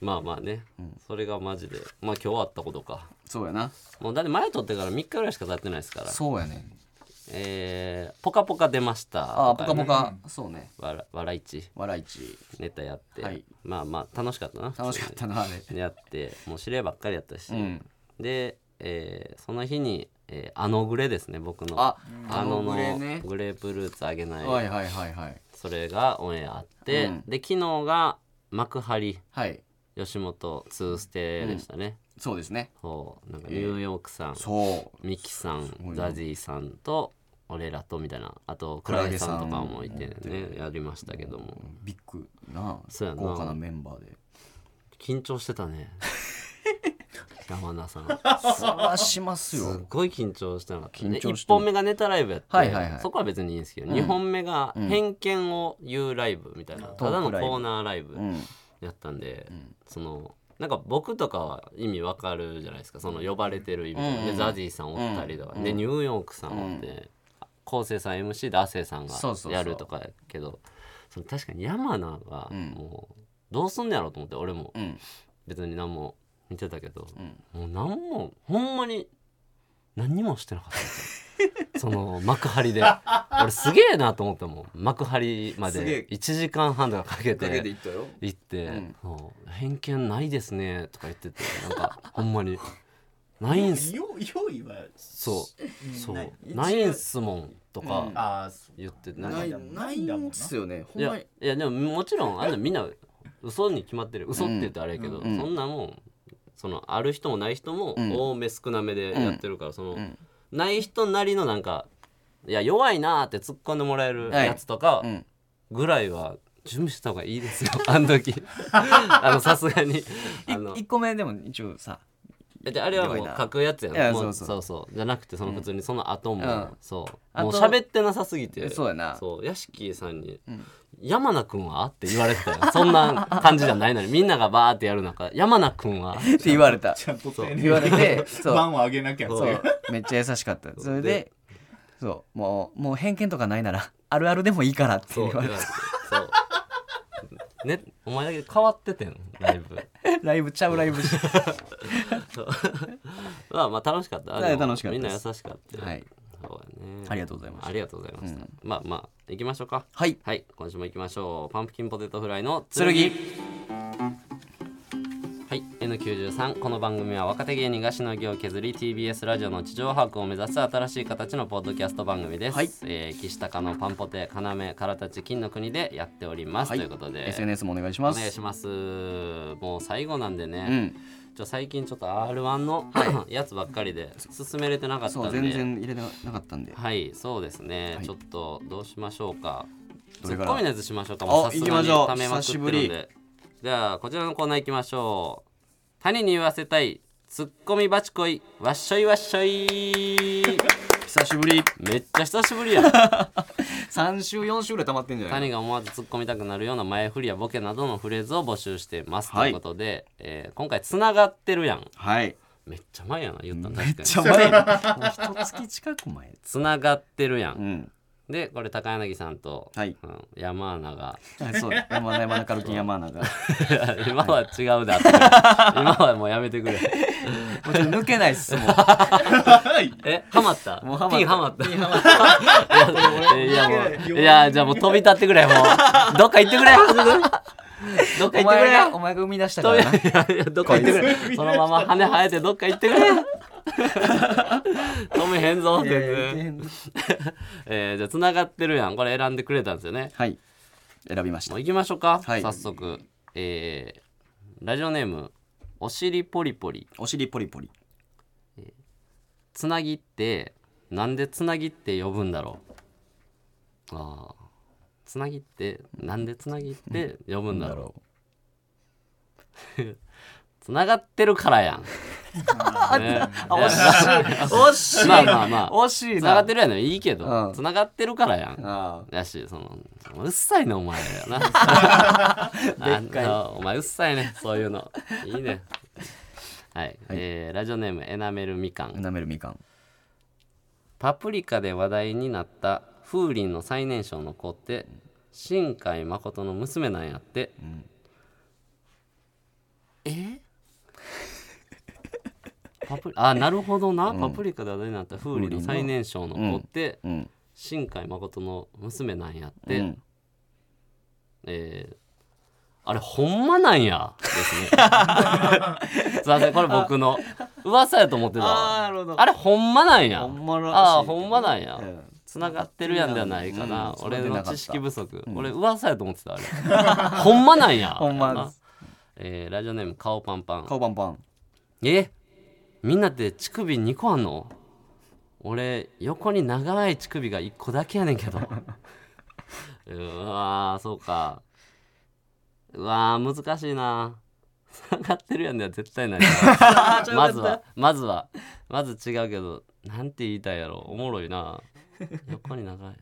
Speaker 2: まあまあね、それがマジでまあ今日あったことか
Speaker 3: そうやな
Speaker 2: もうだって前撮ってから3日ぐらいしか経ってないですから
Speaker 3: そうやね
Speaker 2: 「えー、ポカポカ出ました」
Speaker 3: あー
Speaker 2: とか
Speaker 3: ぽか
Speaker 2: ね
Speaker 3: ぽかそうね
Speaker 2: わら笑い市
Speaker 3: 笑いち
Speaker 2: ネタやって、
Speaker 3: はい
Speaker 2: まあまあ楽しかったな
Speaker 3: 楽しかったなあれ
Speaker 2: 普通にやってもう知り合いばっかりやったし、
Speaker 3: うん
Speaker 2: で、えーその日に、えーあのグレですね僕の
Speaker 3: あ
Speaker 2: あのの
Speaker 3: グレね
Speaker 2: グレープフルーツあげない、
Speaker 3: はいはいはいはい
Speaker 2: それがオンエアあって、
Speaker 3: うん
Speaker 2: で昨日が幕張
Speaker 3: はい
Speaker 2: 吉本2ステでしたね、
Speaker 3: そうですね
Speaker 2: そうなんかニューヨークさん、
Speaker 3: そ
Speaker 2: ミキさん
Speaker 3: いな
Speaker 2: ザジーさんと俺らとみたいなあとクラゲさんとかもいて
Speaker 3: クラゲ
Speaker 2: ねやりましたけども
Speaker 3: うビッグな
Speaker 2: そうやな
Speaker 3: 豪華なメンバーで
Speaker 2: 緊張してた
Speaker 3: <laughs>
Speaker 2: ね山名さん
Speaker 3: そらしま
Speaker 2: す
Speaker 3: すよ
Speaker 2: ごい緊張してなかった
Speaker 3: 緊張
Speaker 2: で
Speaker 3: してる
Speaker 2: 1本目がネタライブやって、
Speaker 3: はいはいはい
Speaker 2: そこは別にいいんですけど、2本目が偏見を言うライブみたいな、ただのコーナーライブ
Speaker 3: うん
Speaker 2: やったんで、そのなんか僕とかは意味わかるじゃないですかその呼ばれてる意味とか、でザジーさんおったりとか、でニューヨークさんおって、昴生さん MC で亜生さんが
Speaker 3: そうそうそう
Speaker 2: やるとかやけどその確かに山名がもうどうすんねやろうと思って俺も
Speaker 3: うん
Speaker 2: 別に何も見てたけど、
Speaker 3: うん
Speaker 2: もう何もほんまに何にもしてなかったんですよその幕張で俺すげえなと思ったもん幕張ます
Speaker 3: げ
Speaker 2: で
Speaker 3: え
Speaker 2: 1時間半とかかけて
Speaker 3: いったよ
Speaker 2: 行って、
Speaker 3: ん
Speaker 2: そう偏見ないですね」とか言っててなんかほんまに「ないんす
Speaker 4: よ用意は
Speaker 2: そうそう
Speaker 4: ない
Speaker 2: ないんすもん」と
Speaker 3: う
Speaker 2: か
Speaker 4: ああそ
Speaker 2: 言ってて、なんか
Speaker 3: ないい
Speaker 4: なんか
Speaker 3: ないんすよねほん
Speaker 2: や
Speaker 3: ま
Speaker 2: い
Speaker 3: に
Speaker 2: やでももちろんあんなみんな嘘に決まってる嘘って言ってあれやけど、
Speaker 3: うんうん
Speaker 2: そんなもんそのある人もない人も
Speaker 3: ん
Speaker 2: 多め少なめでやってるから、その、
Speaker 3: ん
Speaker 2: ない人なりのなんかいや弱いなーって突っ込んでもらえる
Speaker 3: はい
Speaker 2: やつとか
Speaker 3: うん
Speaker 2: ぐらいは準備した方がいいですよ、 <laughs> あの
Speaker 3: <laughs>
Speaker 2: 時あのさすがにあの
Speaker 3: 1個目でも一応さ
Speaker 2: だってあれはもう書くやつやん
Speaker 3: いや
Speaker 2: もうそ
Speaker 3: そうう
Speaker 2: そ
Speaker 3: そう
Speaker 2: じゃなくてその普通にその後も、
Speaker 3: うん
Speaker 2: そう
Speaker 3: あ
Speaker 2: もう
Speaker 3: と
Speaker 2: 喋ってなさすぎて
Speaker 3: えそうやな
Speaker 2: そう屋敷さんに、
Speaker 3: ん
Speaker 2: 山名君は?」って言われてたよそんな感じじゃないのにみんながバーってやる中「山名君
Speaker 3: <laughs>
Speaker 2: は?」
Speaker 3: って言われた
Speaker 4: ちゃんと丁寧に
Speaker 3: 言わ
Speaker 4: <laughs>
Speaker 3: れてそう
Speaker 4: 番を上げなきゃ
Speaker 3: そ
Speaker 4: そう
Speaker 3: めっちゃ優しかったそれでそうもうもう偏見とかないなら <laughs> あるあるでもいいからって
Speaker 2: そう
Speaker 3: 言われ
Speaker 2: 言わ
Speaker 3: て
Speaker 2: れてそうね、お前だけ変わっててんだいぶ
Speaker 3: <laughs> ライブちゃうライブし
Speaker 2: まあまあ楽しかった
Speaker 3: はい
Speaker 2: でも
Speaker 3: 楽しかっ
Speaker 2: み
Speaker 3: たです
Speaker 2: んな優しかったよ
Speaker 3: <laughs> はい
Speaker 2: そうやね
Speaker 3: ありがとうございました
Speaker 2: ありがとうございました、まあまあ行きましょうか
Speaker 3: はい
Speaker 2: はい今週も行きましょうパンプキンポテトフライの
Speaker 3: 剣
Speaker 2: はい、N93 この番組は若手芸人がしのぎを削り TBS ラジオの地上把握を目指す新しい形のポッドキャスト番組です、
Speaker 3: はい
Speaker 2: えー岸高のパンポテ要からたち金の国でやっております、
Speaker 3: はい
Speaker 2: ということで
Speaker 3: SNS もお願いし
Speaker 2: お
Speaker 3: ます
Speaker 2: 願いしますもう最後なんで
Speaker 3: う
Speaker 2: ね、
Speaker 3: ん
Speaker 2: ちょ最近ちょっと R1 の、 <coughs> やつばっかりで進めれてなかったん
Speaker 3: そ
Speaker 2: で
Speaker 3: う全然入れてなかったんで
Speaker 2: はいそうですね、
Speaker 3: はい
Speaker 2: ちょっとどうしましょうか
Speaker 3: ど
Speaker 2: ツ
Speaker 3: れ
Speaker 2: ッ
Speaker 3: から
Speaker 2: コミのやつしましょうかもう
Speaker 3: あ
Speaker 2: さす
Speaker 3: 行き
Speaker 2: が
Speaker 3: ま
Speaker 2: に
Speaker 3: しょう
Speaker 2: ためまくってるん
Speaker 3: 久しぶ
Speaker 2: でじゃあこちらのコーナー行きましょう他人に言わせたいツッコミバチコイわっしょいわっしょ
Speaker 3: <laughs>
Speaker 2: い
Speaker 3: 久しぶり
Speaker 2: めっちゃ久しぶりやん
Speaker 3: 3週4週ぐらい溜まってんじゃない
Speaker 2: 谷が思わず突っ込みたくなるような前振りやボケなどのフレーズを募集してます、
Speaker 3: はい
Speaker 2: ということで、えー今回つながってるやん
Speaker 3: <laughs> はい
Speaker 2: めっちゃ前やな言ったん確かに
Speaker 3: ちょ前一月近く前
Speaker 2: つながってるやん、
Speaker 3: うん
Speaker 2: でこれ高柳さんと、
Speaker 3: はい
Speaker 2: うん山穴が
Speaker 3: あ <laughs> そうだ山田山田カルキン山穴がも
Speaker 2: <laughs> 今は違うだって今はもうやめてくれ
Speaker 3: うちょっと抜けないっす <laughs> もん
Speaker 2: え、ハマった。
Speaker 3: もうハマった
Speaker 2: ピンハマった。
Speaker 3: <laughs>
Speaker 2: いや、いやもう、いや、じゃあもう飛び立ってくれ、もう。どっか行ってくれ。どっか
Speaker 3: お
Speaker 2: 行ってくれ
Speaker 3: 前がお前が生み出したからな
Speaker 2: といやどっか行ってくれそのまま羽生えてどっか行
Speaker 3: <laughs>
Speaker 2: ってくれ止めへんぞ全然、えー、じゃあ繋がってるやんこれ選んでくれたんですよね
Speaker 3: はい選びまし
Speaker 2: も
Speaker 3: た
Speaker 2: う行きましょうか、
Speaker 3: はい
Speaker 2: 早速えー、ラジオネームおしりポリポリ
Speaker 3: お尻ポリポリ
Speaker 2: つなぎってなんでつなぎって呼ぶんだろうあーつなぎってなんでつなぎって呼ぶんだろう <laughs> つながってるからやん、ね
Speaker 3: 惜しい
Speaker 2: まあまあまあ
Speaker 3: 惜しい
Speaker 2: つなが
Speaker 3: な
Speaker 2: ってるやんいいけ
Speaker 3: う
Speaker 2: ど
Speaker 3: ん
Speaker 2: つながってるからやん
Speaker 3: あ
Speaker 2: やしそのうっさいねお前らよな <laughs> あんたお前うっさいねそういうのいいねはい、えーラジオネームエナメルみかん
Speaker 3: あなめるみかん
Speaker 2: パプリカで話題になった風鈴の最年少の子って新海誠の娘なんやって、え <laughs> パプリあなるほどな、パプリカで話題になった風鈴の最年少の子って
Speaker 3: うん
Speaker 2: 新海誠の娘なんやって、
Speaker 3: うん
Speaker 2: えーあれほんまなんや
Speaker 3: <laughs>
Speaker 2: ですねすいませんこれ僕の噂やと思ってたわ
Speaker 3: なるほど
Speaker 2: あれほんまなんや
Speaker 3: ほんまらしい
Speaker 2: ああほんまなんや、
Speaker 3: うん
Speaker 2: つながってるやんではないかな、
Speaker 3: うん
Speaker 2: 俺の
Speaker 3: つながってなかった
Speaker 2: 知識不足、俺噂やと思ってたあれ <laughs> ほんまなんや
Speaker 3: ほんま
Speaker 2: や
Speaker 3: で
Speaker 2: な
Speaker 3: す
Speaker 2: えーラジオネーム顔パンパン
Speaker 3: 顔パンパン
Speaker 2: えみんなって乳首2個あんの俺横に長い乳首が1個だけやねんけ
Speaker 3: <laughs>
Speaker 2: どうわーそうかうわー難しいな <laughs> つながってるやんでは絶対ないなまずはまずはまず違うけどなんて言いたいやろおもろいな横に長い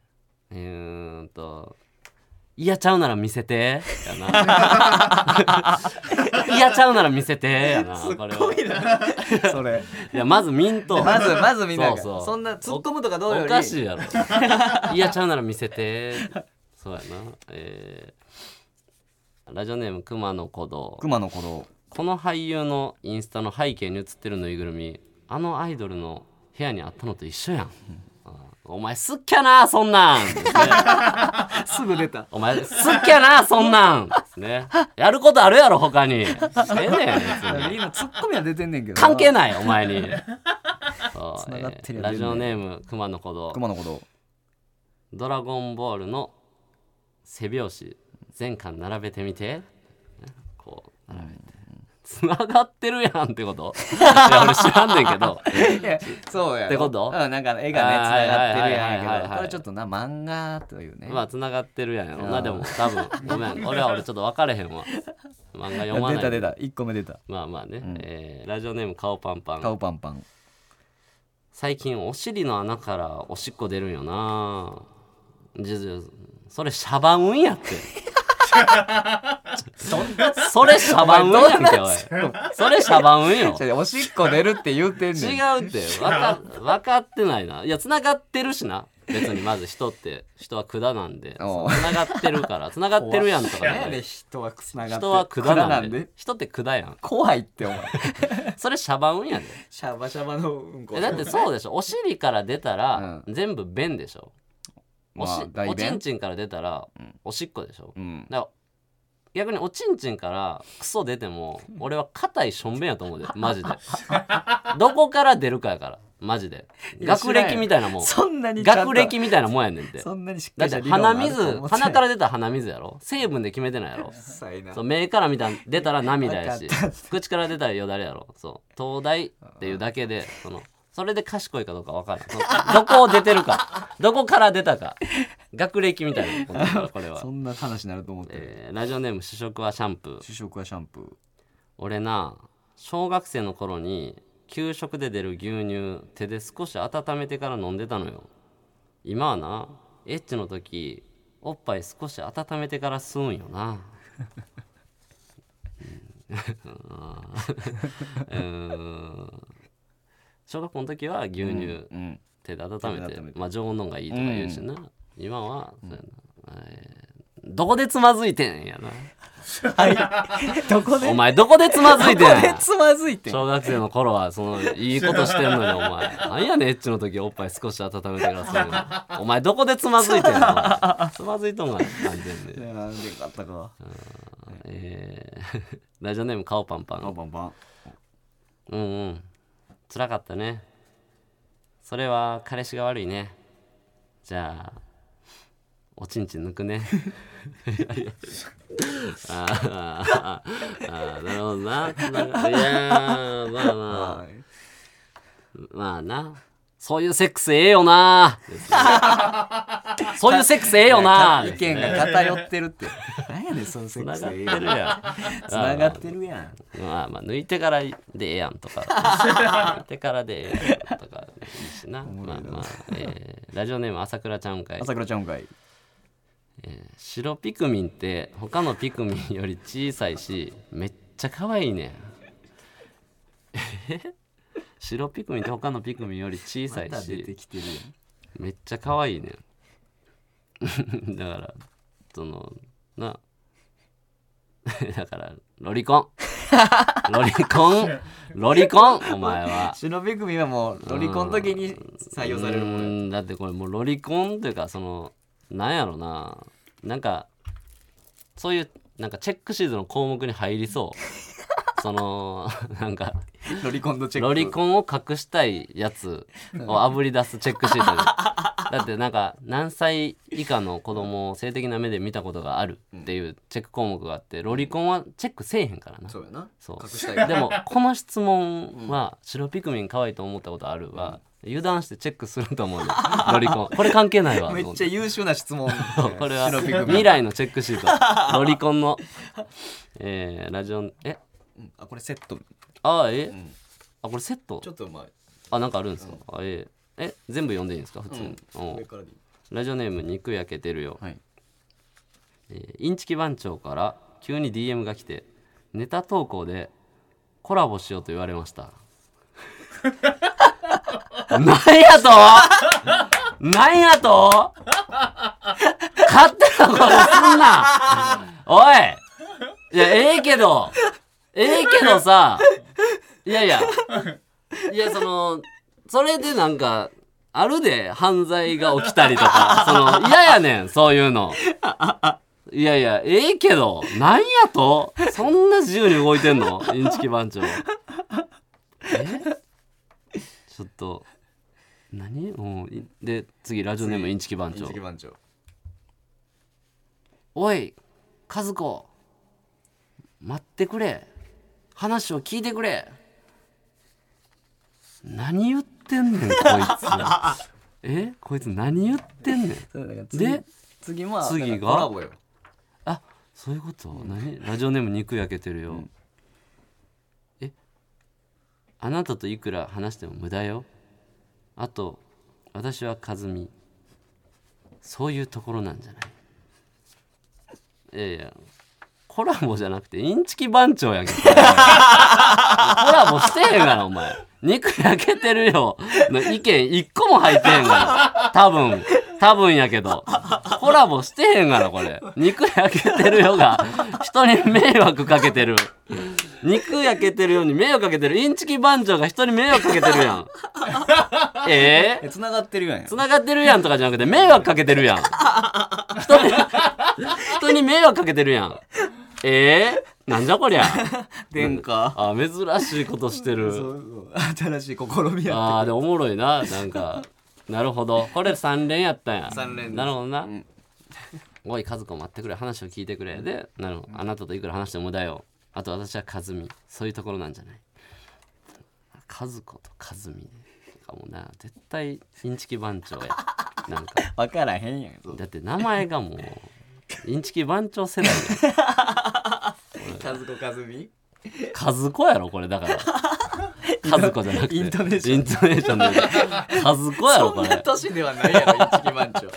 Speaker 2: えーんと「いやちゃうなら見せて」
Speaker 3: <laughs>
Speaker 2: やな「いやちゃうなら見せて」やなこれはい
Speaker 3: それ
Speaker 2: やまず見んと
Speaker 3: まずまずみんなが
Speaker 2: そうそう
Speaker 3: そんな突っ込むとかどうより
Speaker 2: おかしいやろいやちゃうなら見せてそうやなえーラジオネーム熊野古道
Speaker 3: 熊の子供
Speaker 2: この俳優のインスタの背景に写ってるぬいぐるみあのアイドルの部屋にあったのと一緒やんあお前すっきゃなそんなんですね
Speaker 3: <laughs> すぐ出た
Speaker 2: お前すっきゃなそんなんですねやることあるやろ他にしてんねん別に
Speaker 3: みんな突っ込みは出てんねんけどな
Speaker 2: 関係ないお
Speaker 3: <laughs>
Speaker 2: 前にそう
Speaker 3: 繋がって
Speaker 2: えー
Speaker 3: るやん
Speaker 2: ラジオネーム熊野古道
Speaker 3: 熊の子供
Speaker 2: ドラゴンボールの背表紙全巻並べてみてこう並べてつながってるやんってこと <laughs> いや俺知らんねんけど
Speaker 3: いやそうやろ
Speaker 2: ってこと
Speaker 3: うんなんか絵がね繋がってるやん
Speaker 2: はいはいはい
Speaker 3: や
Speaker 2: は
Speaker 3: け
Speaker 2: いは
Speaker 3: ど
Speaker 2: い
Speaker 3: これちょっとな漫画というね
Speaker 2: まあつながってるやんやろなでも多分ごめん俺は俺ちょっと分かれへんわ漫画読まない
Speaker 3: 出た出た一個目出た
Speaker 2: まあまあね、えーラジオネーム顔パンパン
Speaker 3: 顔パンパン
Speaker 2: 最近お尻の穴からおしっこ出るんよなじじそれシャバウンやってそれシャバウンやんけおいそれシャバウ
Speaker 3: <laughs>
Speaker 2: ンよ
Speaker 3: ちょおしっこ出るって言うてんねん
Speaker 2: 違うって分か分かってないないやつながってるしな別にまず人って人は管なんでつ
Speaker 3: <laughs> おう
Speaker 2: ながってるからつながってるやんとかじゃない
Speaker 3: 人はつながって
Speaker 2: 人は管なんで人って管やん
Speaker 3: 怖いってお前
Speaker 2: それシャバウンやで
Speaker 3: シャバシャバのうんこ
Speaker 2: えだってそうでしょお尻から出たら全部便でしょおし
Speaker 3: まあ大
Speaker 2: おちん
Speaker 3: 便
Speaker 2: ちんから出たらおしっこでしょ、
Speaker 3: うん
Speaker 2: だから逆におちんちんからクソ出ても俺は硬いしょんべんやと思う
Speaker 3: <laughs>
Speaker 2: でマジでどこから出るかやからマジで
Speaker 3: や
Speaker 2: 学歴みたいなもん
Speaker 3: そんなにちゃんと
Speaker 2: 学歴みたいなもんやねんて
Speaker 3: そんなにしっか
Speaker 2: だっ
Speaker 3: りしてた
Speaker 2: 鼻
Speaker 3: 理論があると
Speaker 2: 水
Speaker 3: 思って
Speaker 2: 鼻から出たら鼻水やろ成分で決めてないやろ
Speaker 3: 臭いな
Speaker 2: そう目から見た出たら涙や
Speaker 3: <laughs>
Speaker 2: し
Speaker 3: わかっ
Speaker 2: 口から出たらよだれやろそう東大っていうだけでそのそれで賢いかどうか分からんそうどこを出てるかどこから出たか学歴みたいなことだからこれは
Speaker 3: <laughs> そ、んな話になると思ってる
Speaker 2: えーラジオネーム主食はシャンプー
Speaker 3: 主食はシャンプー
Speaker 2: 俺な小学生の頃に給食で出る牛乳手で少し温めてから飲んでたのよ今はなエッチの時おっぱい少し温めてから吸うんよなうんうーん小学校の時は牛乳、
Speaker 3: うん
Speaker 2: 手で温め
Speaker 3: 手
Speaker 2: て
Speaker 3: で温めて
Speaker 2: まあ常温の方がいいとか言うしな、今はそうやな、えーどこでつまずいてんやな
Speaker 3: どこで
Speaker 2: お前どこでつまずいてん
Speaker 3: どこでつまずいてん
Speaker 2: 小学生の頃はそのいいことしてんのにお前なんやねんエッチの時おっぱい少し温めてくださいお前どこでつまずいてんのお前つまずいとんが完全
Speaker 3: い
Speaker 2: で、
Speaker 3: やーでよかったか
Speaker 2: えーラジオネーム顔パンパ
Speaker 3: バン
Speaker 2: ン
Speaker 3: バンバン
Speaker 2: うんうん辛かったねそれは彼氏が悪いねじゃあおちんちん抜くねいやいやあーあーなるほどないやーまあまあ
Speaker 3: はい
Speaker 2: まあな。そういうセックスええよな。ですねそういうセックスええよな。
Speaker 3: 意見が偏ってるって <laughs> 何やねんそのセックス
Speaker 2: 繋がって
Speaker 3: ええ
Speaker 2: る
Speaker 3: やん
Speaker 2: や
Speaker 3: つながってるやん
Speaker 2: ん。まあまあ、抜いてからでええやんとか。抜いてからでええやんとか。いいしな。
Speaker 3: も
Speaker 2: ま
Speaker 3: ろ
Speaker 2: あ
Speaker 3: いな
Speaker 2: まあ、えーラジオネーム朝倉ちゃんかい。
Speaker 3: 朝倉ちゃんかい
Speaker 2: 白ピクミンって他のピクミンより小さいしめっちゃ可愛いねんえ白ピクミンって他のピクミンより小さい
Speaker 3: また出
Speaker 2: して
Speaker 3: きてる
Speaker 2: めっちゃ可愛いねん <laughs> だからそのな <laughs> だからロリ
Speaker 3: <laughs>
Speaker 2: コンロリコンロリコンお前
Speaker 3: やん
Speaker 2: は
Speaker 3: 忍び組はもうロリコン時に採用されるも
Speaker 2: うん
Speaker 3: や
Speaker 2: ーんだってこれもうロリコンというかそのなんやろななんかそういうなんかチェックシートの項目に入りそうそのなんか
Speaker 3: ロリコンのチェック
Speaker 2: ロリコンを隠したいやつをあぶり出すチェックシートでだってなんか何歳以下の子供を性的な目で見たことがあるっていうチェック項目があってロリコンはチェックせえへんからな
Speaker 3: そうやな
Speaker 2: そう
Speaker 3: 隠したいから
Speaker 2: でもこの質問は「白ピクミン可愛いと思ったことあるは」油断してチェックすると思うのロリコンこれ関係ないわ
Speaker 3: <laughs> め
Speaker 2: と思
Speaker 3: っ
Speaker 2: っ
Speaker 3: ちゃ
Speaker 2: て
Speaker 3: 優秀な質問
Speaker 2: これは
Speaker 3: 忍び組
Speaker 2: 未来のチェックシートロリコンのえーラジオえ
Speaker 3: うんあこれセット
Speaker 2: あーえ、
Speaker 3: ん
Speaker 2: あこれセット
Speaker 3: ちょっとまあ
Speaker 2: あなんかあるんですか、あえーえ全部読んでいいんですか普通に、お
Speaker 3: 上からでいい
Speaker 2: ラジオネーム肉焼けてるよ、
Speaker 3: はい
Speaker 2: えーインチキ番長から急に DM が来てネタ投稿でコラボしようと言われましたなんやとなんやと勝手なことすんなおいいやええけどええけどさいやいやいやそのそれでなんかあるで犯罪が起きたりとかその嫌やねんそういうのいやいやええけどなんやとそんな自由に動いてんのインチキ番長えちょっと何もうんいで次ラジオネームインチキ番
Speaker 3: イン
Speaker 2: 長
Speaker 3: チキ番長
Speaker 2: おい和子待ってくれ話を聞いてくれ何言ってんねんこいつえこいつ何言ってんねんで
Speaker 3: で次は
Speaker 2: 次が
Speaker 3: だからコラボよ
Speaker 2: あそういうこと、何ラジオネーム肉焼けてるよ、えあなたといくら話しても無駄よあと私は和美そういうところなんじゃないいやいやコラボじゃなくてインチキ番長やんけ <laughs> コラボしてへんがなお前肉焼けてるよの意見一個も入ってへんがな多分多分やけどコラボしてへんがなこれ肉焼けてるよが人に迷惑かけてる肉焼けてるように迷惑かけてるインチキ番長が人に迷惑かけてるやんええ
Speaker 3: え繋がってるやんや
Speaker 2: 繋がってるやんとかじゃなくて迷惑かけてるやん人に人に迷惑かけてるやんえー、なんじゃこりゃ
Speaker 3: 殿下
Speaker 2: あ珍しいことして
Speaker 3: そ
Speaker 2: る
Speaker 3: うそう新しい試みや
Speaker 2: あーでおもろいななんかなるほどこれ3連やったんや
Speaker 3: 三連です
Speaker 2: なるほどな、
Speaker 3: ん
Speaker 2: おい和子待ってくれ話を聞いてくれでなるほどあなたといくら話しても無駄よあと私は和美そういうところなんじゃない和子と和美ねなんかもうな絶対インチキ番長やなんか
Speaker 3: 分からへんやんそう
Speaker 2: だって名前がもう <laughs> インチキ番長世代
Speaker 3: 和子和美
Speaker 2: やカズコやろこれだ
Speaker 3: <laughs>
Speaker 2: からカズコじゃなくて
Speaker 3: イントネーション
Speaker 2: イントネーションでカズコやろ
Speaker 3: そ
Speaker 2: こ
Speaker 3: んな
Speaker 2: れ
Speaker 3: 年ではないやろイン
Speaker 2: <laughs>
Speaker 3: チキ番長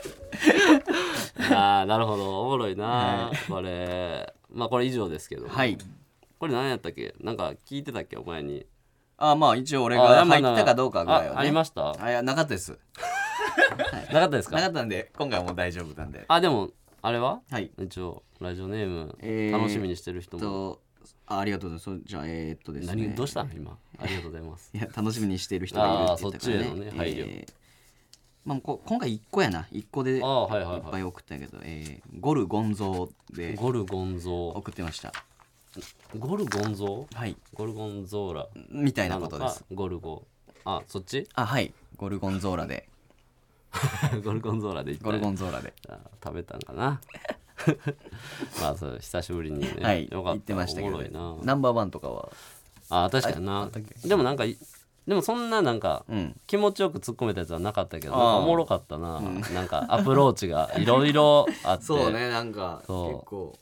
Speaker 2: ああなるほどおもろいなこれまあこれ以上ですけど
Speaker 3: はい
Speaker 2: これ何やったっけなんか聞いてたっけお前に
Speaker 3: あまあ一応俺
Speaker 2: あ
Speaker 3: が
Speaker 2: 山
Speaker 3: 入
Speaker 2: 名
Speaker 3: ったかどうかぐらいはね
Speaker 2: あありました
Speaker 3: あいやなかったです
Speaker 2: なかったです
Speaker 3: なか
Speaker 2: か
Speaker 3: ったんで今回はもう大丈夫なんで
Speaker 2: あでもあれは
Speaker 3: はい
Speaker 2: 一応ラジオネーム
Speaker 3: えー
Speaker 2: 楽しみにしてる人
Speaker 3: えっ
Speaker 2: も
Speaker 3: とあありがとうございますそうじゃあえーっとですね
Speaker 2: 何どうしたの今ありがとうございます
Speaker 3: いや楽しみにしている人がいるって言ったから、
Speaker 2: あ
Speaker 3: ね、
Speaker 2: ーそっちへのね配慮
Speaker 3: えーまあ、こ今回1個やな1個でいっ
Speaker 2: ああはいはい
Speaker 3: ぱ
Speaker 2: はい
Speaker 3: い送ったんやけど、えーゴルゴンゾー
Speaker 2: い
Speaker 3: で
Speaker 2: ゴルゴンゾ
Speaker 3: 送ってました
Speaker 2: ーゴルゴンゾー
Speaker 3: はい
Speaker 2: ゴルゴンゾーラ
Speaker 3: みたいな
Speaker 2: なの
Speaker 3: ことで
Speaker 2: か
Speaker 3: す
Speaker 2: ゴルゴあそっち
Speaker 3: <laughs> あはいゴルゴンゾーラで
Speaker 2: ゴルゴンゾーラで行った
Speaker 3: ゴルゴンゾーラで
Speaker 2: あ食べたんかな <laughs> まあそう久しぶりにね、
Speaker 3: はい
Speaker 2: よか
Speaker 3: 言
Speaker 2: っ
Speaker 3: って
Speaker 2: た
Speaker 3: ましたけ
Speaker 2: おも
Speaker 3: ど
Speaker 2: ろいな
Speaker 3: ナンバーワンとかは
Speaker 2: あ確かに
Speaker 3: ああ
Speaker 2: な
Speaker 3: ったっけ
Speaker 2: でもなんかいでもそんななんか
Speaker 3: うん
Speaker 2: 気持ちよく突っ込めたやつはなかったけどなん
Speaker 3: ああ
Speaker 2: かおもろかったな、なんかアプローチ
Speaker 3: <laughs>
Speaker 2: がいろいろあって
Speaker 3: なんか
Speaker 2: そう
Speaker 3: 構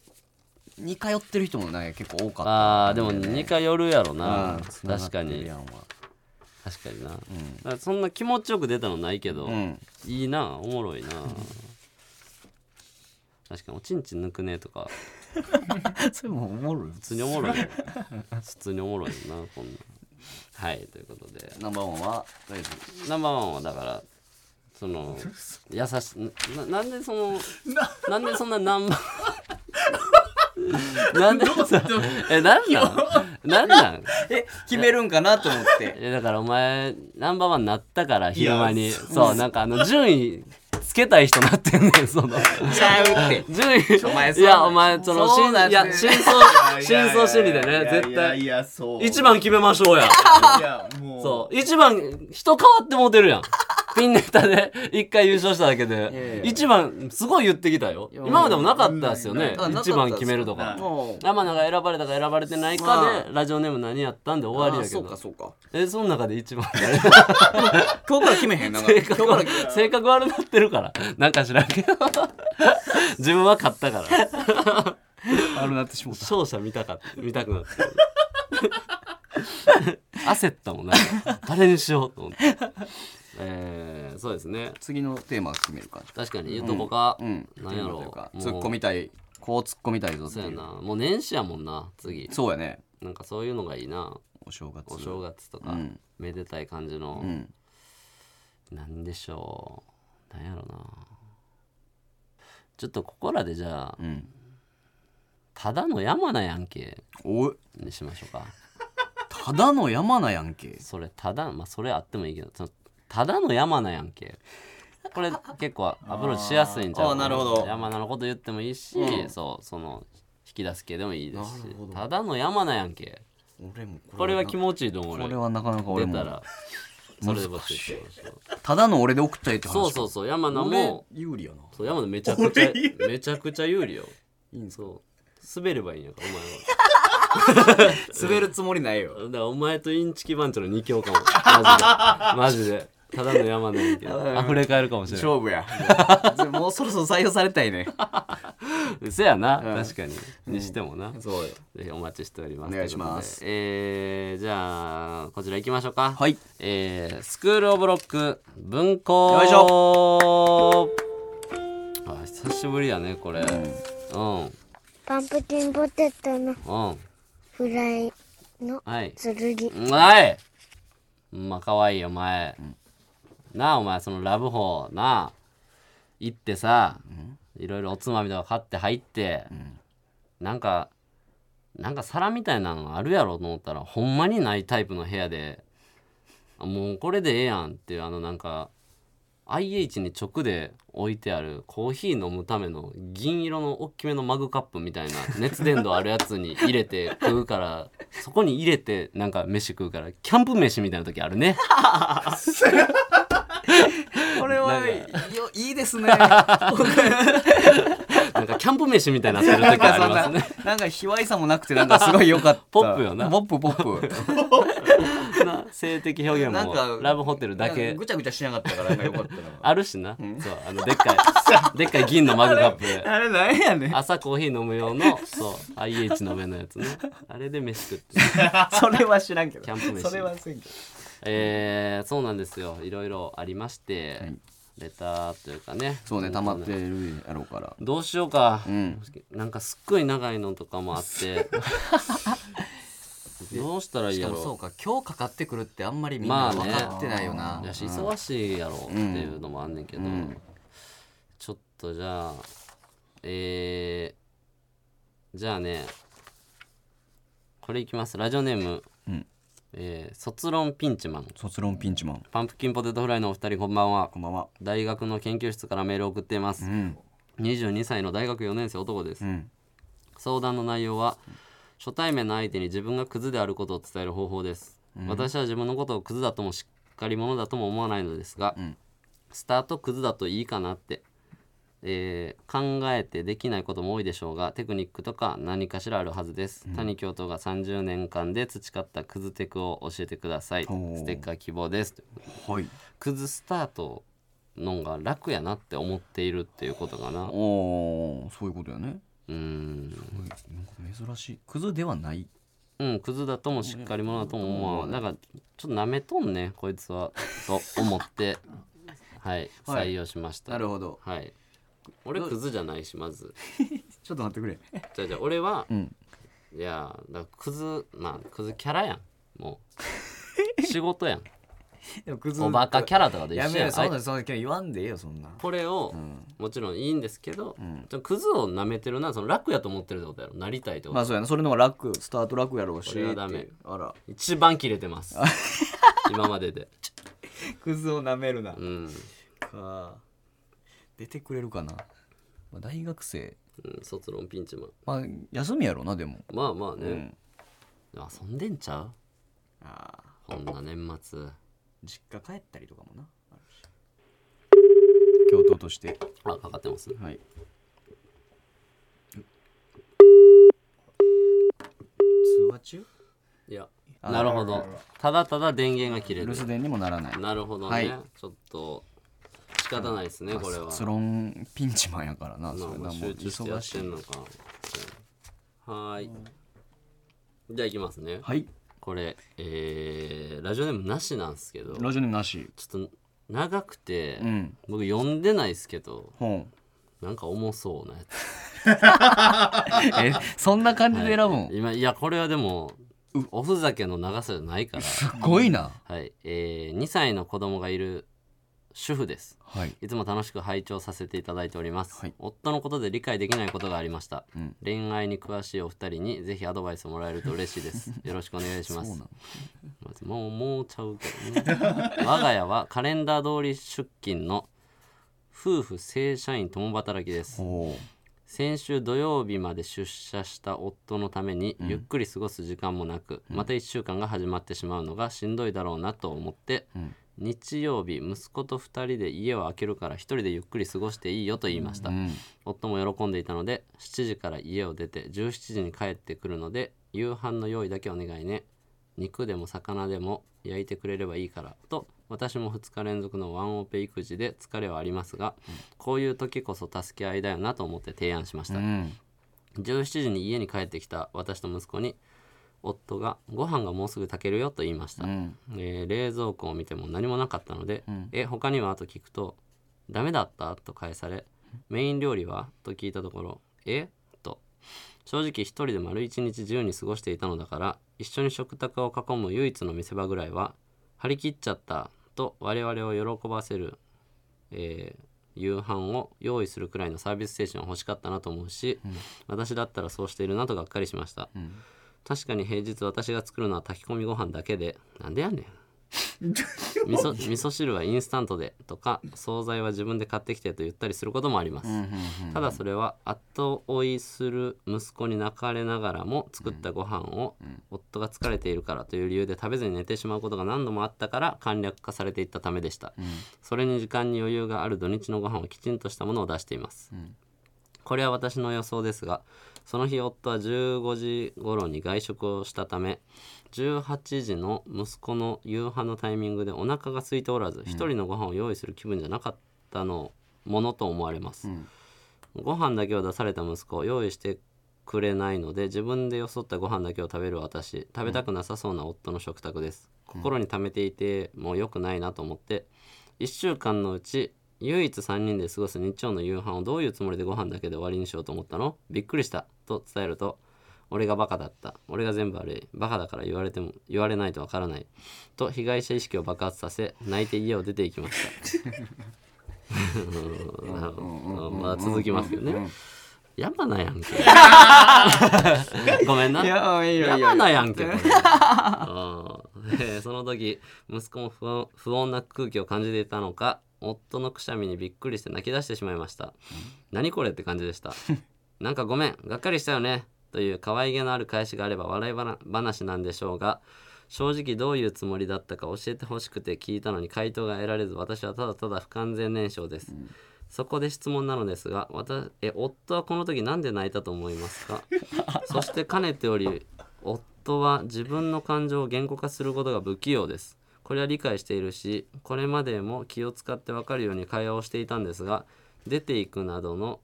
Speaker 3: 似通ってる人もなんか結構多かった
Speaker 2: あーでも似
Speaker 3: 回
Speaker 2: 通るやろ
Speaker 3: あ
Speaker 2: な確かに確かにな、だからそんな気持ちよく出たのないけど、
Speaker 3: うん <laughs>
Speaker 2: いいなおもろいな確かにおちんちん抜くねとか
Speaker 3: それもおもろい
Speaker 2: 普通におもろいよ普通におもろいよなこんなんはいということで
Speaker 3: ナンバーワンはとりあえず
Speaker 2: ナンバーワンはだからその優しいななんでそのなんでそんなナンバーなんでさえなんなんなんなん
Speaker 3: え決めるんかなと思って
Speaker 2: えだからお前ナンバーワンなったから昼間に
Speaker 3: そう
Speaker 2: そうなんかあの順位つけたい人なってんねんその
Speaker 3: ちゃうって
Speaker 2: 順位
Speaker 3: お前
Speaker 2: いやお前その
Speaker 3: そう
Speaker 2: 真
Speaker 3: なん
Speaker 2: いや
Speaker 3: です
Speaker 2: 真
Speaker 3: ね
Speaker 2: 相 <laughs> 真相心理で
Speaker 4: いやい
Speaker 2: ね
Speaker 4: や
Speaker 2: 絶
Speaker 4: いや
Speaker 2: 対
Speaker 4: いやそう
Speaker 2: 一番決めましょうや
Speaker 4: いやもう
Speaker 2: そう一番人変わってもうてるやんピンネタで一回優勝しただけ
Speaker 3: やい
Speaker 2: で
Speaker 3: や
Speaker 2: 一番すごい言ってきたよ
Speaker 3: や
Speaker 2: 今までもなかったですよね
Speaker 3: うん
Speaker 2: 一番決めるとか
Speaker 4: なかったっす
Speaker 3: もう
Speaker 2: 生なんか選ばれたか選ばれてないかでラジオネーム何やったんで終わりやけ
Speaker 3: あーそうか
Speaker 2: ど
Speaker 3: そうか
Speaker 2: えその中で
Speaker 3: <laughs>
Speaker 2: 一番
Speaker 3: 今日から決めへんなんか
Speaker 2: 性
Speaker 3: 今日
Speaker 2: 格
Speaker 3: から
Speaker 2: 悪 <laughs> 性格悪なってるからなんか知らんけど
Speaker 3: <laughs>
Speaker 2: 自分は勝ったから
Speaker 3: あるなってしもう
Speaker 2: 勝者見たかった見たくなってる焦ったもんなんか誰にしようと思って <laughs> えー、そうですね
Speaker 3: 次のテーマ決めるか
Speaker 2: 確かに言うとこか、
Speaker 3: うん
Speaker 2: なんやろ
Speaker 3: テーマというか
Speaker 2: もう
Speaker 3: 突っ込みたいこう突っ込みたいぞって
Speaker 2: そう
Speaker 3: い
Speaker 2: や
Speaker 3: う
Speaker 2: なもう年始やもんな次
Speaker 3: そうやね
Speaker 2: なんかそういうのがいいな
Speaker 3: お正月
Speaker 2: お正月とか、
Speaker 3: うん
Speaker 2: めでたい感じの、
Speaker 3: うん
Speaker 2: なんでしょうなんやろなちょっとここらでじゃあ
Speaker 3: うん
Speaker 2: ただの山名やんけ
Speaker 3: おい
Speaker 2: にしましょうか
Speaker 3: ただの山名やんけ
Speaker 2: それただまあそれあってもいいけどそのただの山名やんけこれ結構
Speaker 3: <laughs>
Speaker 2: アプローチしやすいんじゃうか
Speaker 3: あーなるほど
Speaker 2: 山名のこと言ってもいいし、そうその引き出す系でもいいです
Speaker 3: なるほ
Speaker 2: し
Speaker 3: ど
Speaker 2: ただの山名やんけ
Speaker 3: 俺も
Speaker 2: これは気持ちいいと思う
Speaker 3: これ
Speaker 2: 俺
Speaker 3: はなかなか俺
Speaker 2: 出た
Speaker 3: も
Speaker 2: らそれで募集しましょう
Speaker 3: ただの俺で送ったりって話
Speaker 2: そうそううそう山名
Speaker 3: 俺
Speaker 2: も
Speaker 3: 有利やな
Speaker 2: そう山名めちゃくちゃめちゃくちゃ有利よ
Speaker 3: いいんすか
Speaker 2: そう滑ればいいんやからお前は。
Speaker 3: 滑るつもりないよ
Speaker 2: だからお前とインチキ番長の二強かもマジでマジでただの山の
Speaker 3: <laughs>
Speaker 2: 二強溢れ返るかもしれな
Speaker 3: 勝 <laughs> 負やもうそろそろ採用されたいね
Speaker 2: いせやな、
Speaker 3: うん
Speaker 2: 確かににしてもな、ぜ
Speaker 3: そうよ
Speaker 2: ひお待ちしております
Speaker 3: お願いします
Speaker 2: ということでえー、じゃあこちら行きましょうか
Speaker 3: はい
Speaker 2: えー、スクールオブロック文庫
Speaker 3: よいし
Speaker 2: あ久しぶりやねこれうんうん
Speaker 5: パンプキンポテトのフライの
Speaker 2: はい
Speaker 5: 剣。
Speaker 2: うまいまあ可愛いよお前、なあお前そのラブホーなあ行ってさ、いろいろおつまみとか買って入って、なんかなんか皿みたいなのあるやろと思ったらほんまにないタイプの部屋であもうこれでええやんっていうあのなんか IH に直で置いてあるコーヒー飲むための銀色の大きめのマグカップみたいな熱伝導あるやつに入れて食う
Speaker 3: <laughs>
Speaker 2: からそこに入れてなんか飯食うからキャンプ飯みたいな時ある
Speaker 3: <laughs>
Speaker 2: ね
Speaker 3: これ
Speaker 2: なん
Speaker 3: はよいいです <laughs> ね
Speaker 2: なんかキャンプ飯みたいになってる時ありますね
Speaker 3: なんか卑猥さもなくてなんかすごい良かった
Speaker 2: ポップよな
Speaker 3: ポップポッ
Speaker 2: な性的表現
Speaker 3: なんか
Speaker 2: もラブホテル
Speaker 3: プ
Speaker 2: だけ
Speaker 3: ぐちゃぐちゃしなかったからなんか良かったな
Speaker 2: あるしな、そうあのでっか
Speaker 3: <laughs>
Speaker 2: いでっかい銀のマグカップで
Speaker 3: あれなんやねん
Speaker 2: 朝コーヒー飲む用のそう IH の上のやつねあれで飯食って
Speaker 3: <laughs> それは知らんけど
Speaker 2: キャンプ飯
Speaker 3: それはせんけど
Speaker 2: えー、そうなんですよいろいろありまして、
Speaker 3: い
Speaker 2: レターというかね
Speaker 3: そうね溜まってるやろうから
Speaker 2: どうしようか、
Speaker 3: ん
Speaker 2: なんかすっごい長いのとかもあって
Speaker 3: <laughs>
Speaker 2: どうしたらいい
Speaker 3: し
Speaker 2: や
Speaker 3: かもそう
Speaker 2: ろ
Speaker 3: か今日かかってくるってあんまりみん
Speaker 2: ま
Speaker 3: な
Speaker 2: あね
Speaker 3: 分かってないよな、
Speaker 2: やし忙しいやろっていうのもあんねんけど、
Speaker 3: ん
Speaker 2: ちょっとじゃあえー、じゃあねこれいきますラジオネーム、
Speaker 3: うん
Speaker 2: えー卒論ピンチマン
Speaker 3: 卒論ピンチマン
Speaker 2: パンプキンポテトフライのお二人こんばんは
Speaker 3: こんばんは
Speaker 2: 大学の研究室からメールを送っていま
Speaker 3: う
Speaker 2: す、
Speaker 3: ん
Speaker 2: 22歳の大学4年生男です、
Speaker 3: うん
Speaker 2: 相談の内容は初対面の相手に自分がクズであることを伝える方法です、私は自分のことをクズだともしっかり者だとも思わないのですが、
Speaker 3: ん
Speaker 2: スタートクズだといいかなって、えー考えてできないことも多いでしょうがテクニックとか何かしらあるはずです、谷教頭が30年間で培ったクズテクを教えてください
Speaker 3: ほう
Speaker 2: ステッカー希望です
Speaker 3: はい
Speaker 2: クズスタートのが楽やなって思っているっていうことかな
Speaker 3: おーそういうことやね
Speaker 2: うん
Speaker 3: なんか珍しいクズではない
Speaker 2: うん、クズだともしっかり者だとも思う。なんか、ちょっと舐めとんね、こいつは。と思
Speaker 3: <laughs>
Speaker 2: って、はい、
Speaker 3: はい
Speaker 2: 採用しました。
Speaker 3: なるほど
Speaker 2: はい。俺、クズじゃないし、まず。
Speaker 3: ちょっと待ってくれ
Speaker 2: じゃあじゃあ俺は、
Speaker 3: うん
Speaker 2: いや、だからクズ、まあ、クズキャラやん。も
Speaker 3: <laughs>
Speaker 2: う。仕事やん。
Speaker 3: <laughs> でもクズ
Speaker 2: おバカキャラとかと一
Speaker 3: や
Speaker 2: 緒
Speaker 3: め
Speaker 2: やん。
Speaker 3: ろそん
Speaker 2: あ
Speaker 3: ないそんな言わんでええよそんな
Speaker 2: これを、
Speaker 3: ん
Speaker 2: もちろんいいんですけど、ちょっとクズを舐めてるな、その楽やと思ってるってことやろ。なりたいってこと。
Speaker 3: まあそうやなそれの方が楽スタート楽やろうし
Speaker 2: これはダメ
Speaker 3: っていうあら
Speaker 2: 一番キレてます。今までで。
Speaker 3: クズをなめるな
Speaker 2: うん。
Speaker 3: か出てくれるかな、まあ、大学生
Speaker 2: うん、卒論ピンチマン。
Speaker 3: まあ休みやろうなでも
Speaker 2: まあまあね。
Speaker 3: うん
Speaker 2: 遊んでんちゃう
Speaker 3: ああ
Speaker 2: こんな年末
Speaker 3: 実家帰ったりとかもなあるし教頭として
Speaker 2: あかかってますね
Speaker 3: はい通話中
Speaker 2: いや
Speaker 3: あ
Speaker 2: なるほどただただ電源が切れ
Speaker 3: 留
Speaker 2: る
Speaker 3: 守電にもならない
Speaker 2: なるほどね、
Speaker 3: はい
Speaker 2: ちょっと仕方ないですねこれは
Speaker 3: 卒論ピンチマンやから
Speaker 2: ま
Speaker 3: な、
Speaker 2: あ
Speaker 3: それ
Speaker 2: ま
Speaker 3: な
Speaker 2: あ
Speaker 3: も
Speaker 2: 集
Speaker 3: う
Speaker 2: 中してや
Speaker 3: 忙
Speaker 2: って
Speaker 3: し
Speaker 2: ん
Speaker 3: い
Speaker 2: のかはーいじゃあいきますね
Speaker 3: はい
Speaker 2: これえー、ラジオネームなしなんですけどちょ
Speaker 3: ラジオネームなし
Speaker 2: っと長くて、
Speaker 3: うん
Speaker 2: 僕読んでないですけど
Speaker 3: 本
Speaker 2: なんか重そうなやつ
Speaker 3: えそんな感じで選ぶん、
Speaker 2: 今いやこれはでもおふざけの長さじゃないから
Speaker 3: すごいな
Speaker 2: はい、えー、2歳の子供がいる主婦です。
Speaker 3: はい
Speaker 2: いつも楽しく拝聴させていただいております、
Speaker 3: はい
Speaker 2: 夫のことで理解できないことがありました、
Speaker 3: うん
Speaker 2: 恋愛に詳しいお二人にぜひアドバイスをもらえると嬉しいです
Speaker 3: <laughs>
Speaker 2: よろしくお願いします
Speaker 3: そうなの
Speaker 2: まずもうもうちゃうけどね我が家はカレンダー通り出勤の夫婦正社員共働きです
Speaker 3: おー
Speaker 2: 先週土曜日まで出社した夫のためにゆっくり過ごす時間もなく、また1週間が始まってしまうのがしんどいだろうなと思って、
Speaker 3: ん
Speaker 2: 日曜日息子と2人で家を空けるから1人でゆっくり過ごしていいよと言いました、
Speaker 3: うん
Speaker 2: 夫も喜んでいたので7時から家を出て17時に帰ってくるので夕飯の用意だけお願いね肉でも魚でも焼いてくれればいいからと私も2日連続のワンオペ育児で疲れはありますが、こういう時こそ助け合いだよなと思って提案しました、
Speaker 3: うん
Speaker 2: 17時に家に帰ってきた私と息子に夫が「ご飯がもうすぐ炊けるよ」と言いました、
Speaker 3: うん
Speaker 2: えー冷蔵庫を見ても何もなかったので「え他には?」と聞くと「ダメだった?」と返され「メイン料理は?」と聞いたところ「えと正直一人で丸一日自由に過ごしていたのだから一緒に食卓を囲む唯一の見せ場ぐらいは張り切っちゃったと我々を喜ばせる、えー夕飯を用意するくらいのサービス精神は欲しかったなと思うし、私だったらそうしているなとがっかりしました、確かに平日私が作るのは炊き込みご飯だけでなんでやねん
Speaker 4: <laughs>
Speaker 2: 味噌味噌汁はインスタントでとか惣菜は自分で買ってきてと言ったりすることもあります、ただそれは後追いする息子に泣かれながらも作ったご飯を夫が疲れているからという理由で食べずに寝てしまうことが何度もあったから簡略化されていったためでした、それに時間に余裕がある土日のご飯をきちんとしたものを出しています、これは私の予想ですがその日夫は15時頃に外食をしたため18時の息子の夕飯のタイミングでお腹が空いておらず一人のご飯を用意する気分じゃなかったのものと思われます、ご飯だけを出された息子用意してくれないので自分でよそったご飯だけを食べる私食べたくなさそうな夫の食卓です、心に溜めていてもう良くないなと思って1週間のうち唯一3人で過ごす日曜の夕飯をどういうつもりでご飯だけで終わりにしようと思ったのびっくりしたと伝えると俺がバカだった俺が全部悪いバカだから言われても言われないとわからないと被害者意識を爆発させ泣いて家を出ていきました <laughs> なるほどまあ続きますよね山名やんけごめんない
Speaker 3: やいいよいいよ
Speaker 2: 山名やんけこれ <laughs> あーえーその時息子も不穏不穏な空気を感じていたのか夫のくしゃみにびっくりして泣き出してしまいました何これって感じで
Speaker 3: <laughs>
Speaker 2: したなんかごめんがっかりしたよねという可愛げのある返しがあれば笑い話話なんでしょうが正直どういうつもりだったか教えてほしくて聞いたのに回答が得られず私はただただ不完全燃焼です、そこで質問なのですが私え夫はこの時何で泣いたと思います
Speaker 3: <laughs>
Speaker 2: かそしてかねており夫は自分の感情を言語化することが不器用ですこれは理解しているしこれまでも気を使って分かるように会話をしていたんですが出ていくなどの、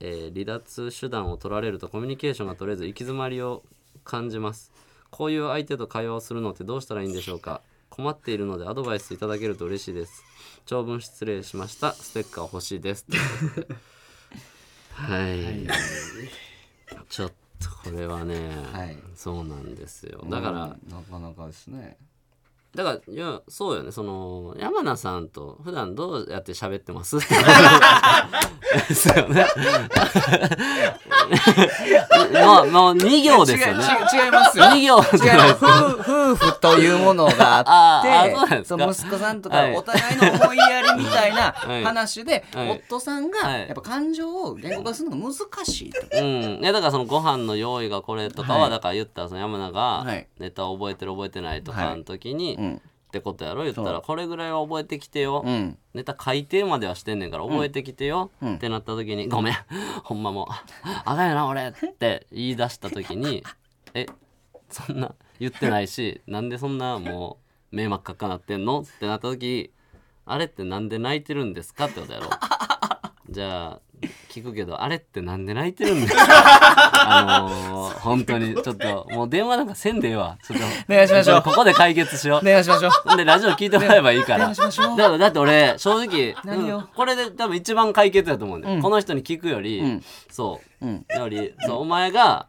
Speaker 2: えー離脱手段を取られるとコミュニケーションが取れず行き詰まりを感じますこういう相手と会話をするのってどうしたらいいんでしょうか困っているのでアドバイスいただけると嬉しいです長文失礼しましたステッカー欲しいですはい、ちょっとこれはね、
Speaker 3: はい
Speaker 2: そうなんですよだから、
Speaker 3: うんなかなかですね
Speaker 2: だからいやそうよねその山名さんと普段どうやって喋ってますですよねもうもう2行ですよね
Speaker 3: 違
Speaker 2: <laughs>
Speaker 3: 違いますよ
Speaker 2: 2行じ
Speaker 3: 違
Speaker 2: ゃ
Speaker 3: う
Speaker 2: ないですか
Speaker 3: 夫 <laughs> 夫婦というものがあ
Speaker 2: <laughs>
Speaker 3: っ
Speaker 2: あーあー
Speaker 3: て
Speaker 2: そうなんですか
Speaker 3: の息子さんと
Speaker 2: は
Speaker 3: か
Speaker 2: い
Speaker 3: お互いの思いやりみたいな
Speaker 2: <laughs> はい
Speaker 3: 話で、
Speaker 2: はい
Speaker 3: 夫さんが
Speaker 2: はい
Speaker 3: やっぱ感情を言語化するのが難しいと。
Speaker 2: うん、いやだからそのご飯の用意がこれとか
Speaker 3: は
Speaker 2: はいだから言ったらその山名
Speaker 3: は
Speaker 2: が
Speaker 3: い
Speaker 2: ネタ覚えてる覚えてないとかの時に、
Speaker 3: うん
Speaker 2: ってことやろ言った
Speaker 3: そ
Speaker 2: ら
Speaker 3: う
Speaker 2: これぐらいは覚えてきてよ、
Speaker 3: うん
Speaker 2: ネタ改定まではしてんねんから覚えてきてよ、
Speaker 3: うん
Speaker 2: ってなった時に「ごめん <laughs> ほんまもうあかんやな俺」って言い出した時
Speaker 3: <laughs>
Speaker 2: に「えそんな言ってないしなんでそんなもう迷惑かかなってんの?」ってなった時「あれってなんで泣いてるんですか?」ってこと
Speaker 3: <laughs>
Speaker 2: やろ。じゃあ聞くけどあれってなんで泣いてるん
Speaker 3: <laughs>
Speaker 2: ですかあのー、本当にちょっともう電話なんかせんでええわちょっと
Speaker 3: お願いしましょう
Speaker 2: ここで解決しよう
Speaker 3: お願いしましょう。
Speaker 2: でラジオ聞いてもらえばいいから。
Speaker 3: ねしましょう
Speaker 2: だからだって俺正直
Speaker 3: 何よ
Speaker 2: うんこれで多分一番解決だと思うんだよ、
Speaker 3: うん
Speaker 2: この人に聞くより、
Speaker 3: ん
Speaker 2: そう、
Speaker 3: うん
Speaker 2: よりそうお前が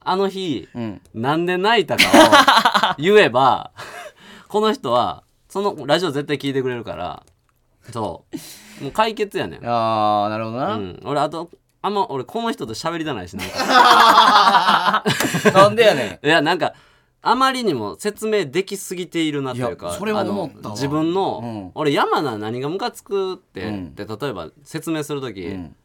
Speaker 2: あの日、
Speaker 3: うん
Speaker 2: なんで泣いたかを言えば <laughs> この人はそのラジオ絶対聞いてくれるからそうもう解決やねん、
Speaker 3: ああなるほどな、
Speaker 2: うん、俺あとあんま俺この人と喋りたないしなんか
Speaker 3: なんでやねん
Speaker 2: いやなんかあまりにも説明できすぎているなという
Speaker 3: い
Speaker 2: か
Speaker 3: やそれは思ったわ
Speaker 2: あの自分の、
Speaker 3: う
Speaker 2: 俺山名何がムカつくって、
Speaker 3: うん
Speaker 2: って例えば説明する時、
Speaker 3: うん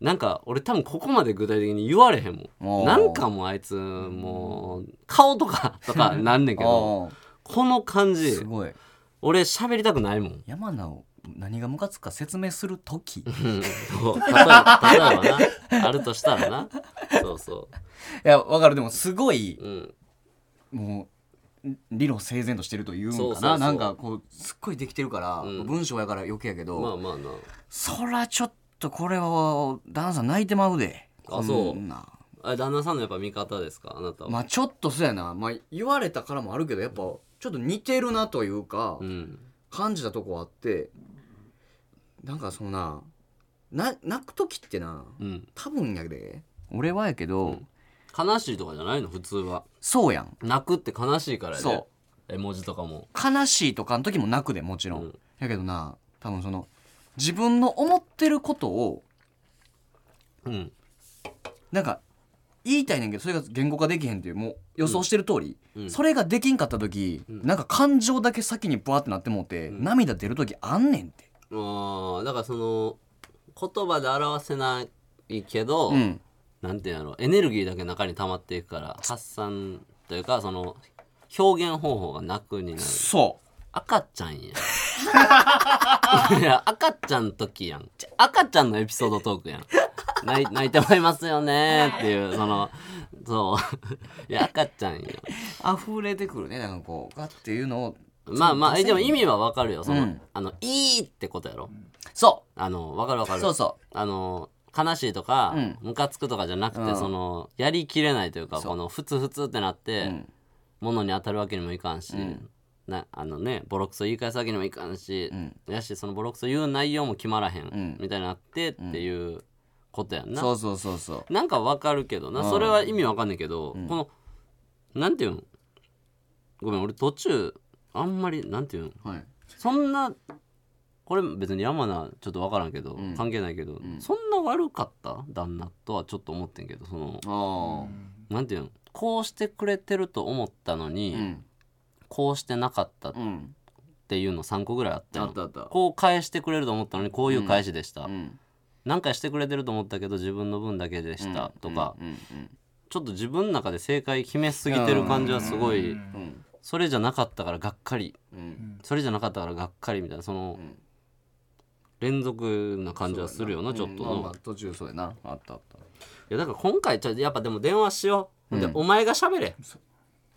Speaker 2: なんか俺多分ここまで具体的に言われへんもん
Speaker 3: おー
Speaker 2: なんかもうあいつもう顔と
Speaker 3: <laughs>
Speaker 2: かとかなんねんけど
Speaker 3: あ
Speaker 2: この感
Speaker 3: ー
Speaker 2: じ
Speaker 3: すごい
Speaker 2: 俺喋りたくないも
Speaker 3: <laughs>
Speaker 2: ん。
Speaker 3: 山名を何がムカつくか説明する時い
Speaker 2: うんそう例えば例えばなあるとしたらなそうそ、
Speaker 3: やわかるでもすごいう
Speaker 2: うん、
Speaker 3: もう理路整然としてるというんかな
Speaker 2: そうそうそう
Speaker 3: なんかこうすっごいできてるから、
Speaker 2: うん
Speaker 3: 文章やから余計やけど、
Speaker 2: まあまあな
Speaker 3: そらちょっとこれは旦那さん泣いてまうで
Speaker 2: あそう
Speaker 3: こんな
Speaker 2: あれ旦那さんのやっぱ味方ですかあなたは、
Speaker 3: まあちょっとそうやな、まあ、言われたからもあるけどやっぱちょっと似てるなというか、
Speaker 2: うん
Speaker 3: 感じたとこあってなんかそのなな泣く時ってな
Speaker 2: うん
Speaker 3: 多分やで俺はやけど、
Speaker 2: 悲しいとかじゃないの普通は
Speaker 3: そうやん
Speaker 2: 泣くって悲しいからやで
Speaker 3: そう
Speaker 2: 絵文字とかも
Speaker 3: 悲しいとかの時も泣くでもちろん、
Speaker 2: うん
Speaker 3: やけどな多分その自分の思ってることを
Speaker 2: うん
Speaker 3: なんか言いたいねんけどそれが言語化できへんっていうもう予想してる通り、
Speaker 2: うん
Speaker 3: それができんかった時、
Speaker 2: ん
Speaker 3: なんか感情だけ先にブワってなってもうて、
Speaker 2: ん
Speaker 3: 涙出る時あんねんって、
Speaker 2: あーだからその言葉で表せないけど、
Speaker 3: うん、
Speaker 2: なんていうんやろエネルギーだけ中に溜まっていくから発散というかその表現方法が泣くになる
Speaker 3: そ
Speaker 2: 赤ち
Speaker 3: <laughs>
Speaker 2: ゃんやんいや赤ちゃんの時やんち赤ちゃんのエピソードトークやん泣い泣いてもらいますよねっていうそのそういや赤ちゃんやん
Speaker 3: う溢れてくるねなんかこうかっていうのを
Speaker 2: まあまあえでも意味はわかるよその、
Speaker 3: うん
Speaker 2: あのいいってことやろ
Speaker 3: そ
Speaker 2: あのわかるわか
Speaker 3: う
Speaker 2: る
Speaker 3: そうそ
Speaker 2: あの悲しいとか、
Speaker 3: うん
Speaker 2: ムカつくとかじゃなくて、
Speaker 3: うん
Speaker 2: そのやりきれないというか
Speaker 3: そう
Speaker 2: このふつふつってなって、
Speaker 3: う、うん
Speaker 2: 物に当たるわけにもいかんし、
Speaker 3: うん
Speaker 2: なあのねボロクソ言い返すわけにもいかんし
Speaker 3: う、ん、
Speaker 2: やしそのボロクソ言う内容も決まらへん、
Speaker 3: ん
Speaker 2: みたいになってっていうことやんな、
Speaker 3: そうそうそうそう
Speaker 2: なんかわかるけどな、
Speaker 3: うん
Speaker 2: それは意味わかんないけど、
Speaker 3: ん
Speaker 2: このなんていうのごめん俺途中あんまりなんていうの
Speaker 3: はい
Speaker 2: そんなこれ別に山名ちょっと分からんけど、
Speaker 3: うん
Speaker 2: 関係ないけど、
Speaker 3: ん
Speaker 2: そんな悪かった旦那とはちょっと思ってんけどその
Speaker 3: ああ
Speaker 2: なんていうのこうしてくれてると思ったのに、
Speaker 3: うん
Speaker 2: こうしてなかったっ
Speaker 3: うん
Speaker 2: ていうの3個ぐらいあった
Speaker 3: あ
Speaker 2: よ
Speaker 3: ったあった
Speaker 2: こう返してくれると思ったのにこういう返しでした、
Speaker 3: うん
Speaker 2: なんかしてくれてると思ったけど自分の分だけでしたとか、
Speaker 3: うん
Speaker 2: ちょっと自分の中で正解決めすぎてる感じはすごい、
Speaker 3: うんうん
Speaker 2: それじゃなかったからがっかり
Speaker 3: うんうん
Speaker 2: それじゃなかったからがっかりみたいなその
Speaker 3: うん
Speaker 2: 連続な感じはするよなちょっと
Speaker 3: うんまあ
Speaker 2: な
Speaker 3: まあ途中そうやなあったあった
Speaker 2: いやだから今回ちょやっぱでも電話しよう、でお前が喋れ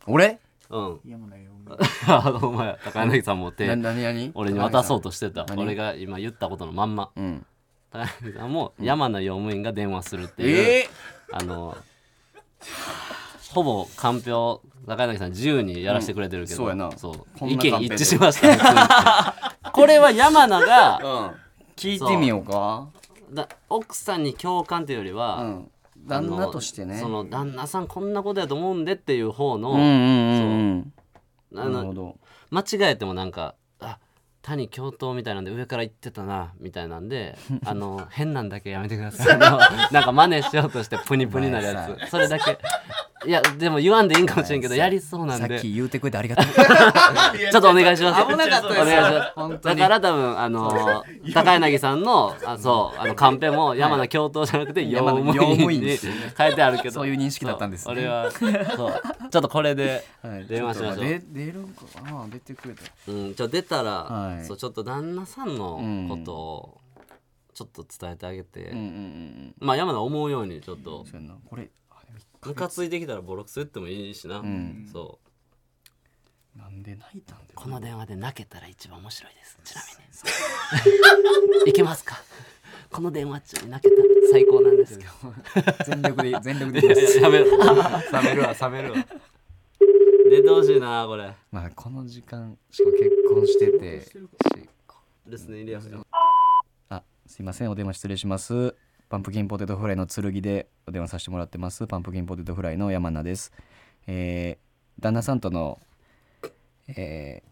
Speaker 3: 俺
Speaker 2: うん
Speaker 4: いやもうないよ。
Speaker 2: あ <laughs> のお前高柳さん持っ
Speaker 3: な
Speaker 2: て
Speaker 3: 何何
Speaker 2: 俺に渡そうとしてた
Speaker 3: 何
Speaker 2: 俺が今言ったことのまんま
Speaker 3: うん
Speaker 2: 高柳さんも山名用務員が電話するっていう、
Speaker 3: ええ
Speaker 2: あのほぼ完票高柳さん自由にやらせてくれてるけど、
Speaker 3: うんそうやな
Speaker 2: そう
Speaker 3: こんな
Speaker 2: 意
Speaker 3: カン
Speaker 2: 見
Speaker 3: ペ
Speaker 2: 一致しま <laughs> した <laughs> 普通にこれは山名が
Speaker 3: うん聞いてみようか
Speaker 2: だ奥さんに共感というよりは、
Speaker 3: うん旦那として
Speaker 2: あ
Speaker 3: ね
Speaker 2: のその旦那さんこんなことやと思うんでっていう方の,、
Speaker 3: うんうんうんうん
Speaker 2: あ
Speaker 3: なるほ
Speaker 2: の
Speaker 3: ど
Speaker 2: 間違えてもなんかあ谷教頭みたいなんで上から言ってたなみたいなん
Speaker 3: <laughs>
Speaker 2: であの変なんだけやめてくださいあのなんか真似しようとしてプニプニなる
Speaker 3: お
Speaker 2: や
Speaker 3: 前
Speaker 2: つそれだけいやでも言わんでいいんかもしれんけど
Speaker 3: お前さ
Speaker 2: やりそうなん
Speaker 3: さ
Speaker 2: で
Speaker 3: っ
Speaker 2: ち
Speaker 3: き言うてくれてあり <laughs> がとう
Speaker 2: ょっ
Speaker 4: <laughs>
Speaker 2: とお願いします
Speaker 3: 危なかったです
Speaker 2: お願いします
Speaker 3: 本当
Speaker 2: だ
Speaker 3: に
Speaker 2: から多分あの高柳さんのあそうあのカンペも山名教頭じゃなくて用
Speaker 3: 山名
Speaker 2: 務
Speaker 3: 用務
Speaker 2: 員に
Speaker 3: 員です
Speaker 2: 書いてあるけど
Speaker 3: そういう認識だったんです
Speaker 2: そ
Speaker 3: ね
Speaker 2: う俺
Speaker 3: <laughs>
Speaker 2: はそうちょっとこれで
Speaker 3: はい
Speaker 2: 電話しましょう
Speaker 3: ちっと出出るんかあ出てくれた
Speaker 2: うん、じゃあ出たら、
Speaker 3: はい
Speaker 2: そうちょっと旦那さんのことをちょっと伝えてあげて、
Speaker 3: うんうんうん
Speaker 2: まあ山田思うようにちょっと
Speaker 3: そうやなこれあでも
Speaker 2: ムカついてきたらボロクス言ってもいいしな、
Speaker 3: ん
Speaker 2: そう
Speaker 3: なんで泣いたんだよ
Speaker 2: この電話で泣けたら一番面白いですちなみ <laughs> にいけますかこの電話中に泣けたら最高なんですけど
Speaker 3: 全力で <laughs> 全力で
Speaker 2: い
Speaker 3: いきま
Speaker 2: やい <laughs> ややめろ冷
Speaker 3: す
Speaker 2: めるわ冷めるわ出てほしいなこれ
Speaker 3: まあこの時間しかも結婚しててし
Speaker 2: ですねイリアさん
Speaker 3: あすいませんお電話失礼しますパンプキンポテトフライの剣でお電話させてもらってますパンプキンポテトフライの山名ですえー、旦那さんとのえー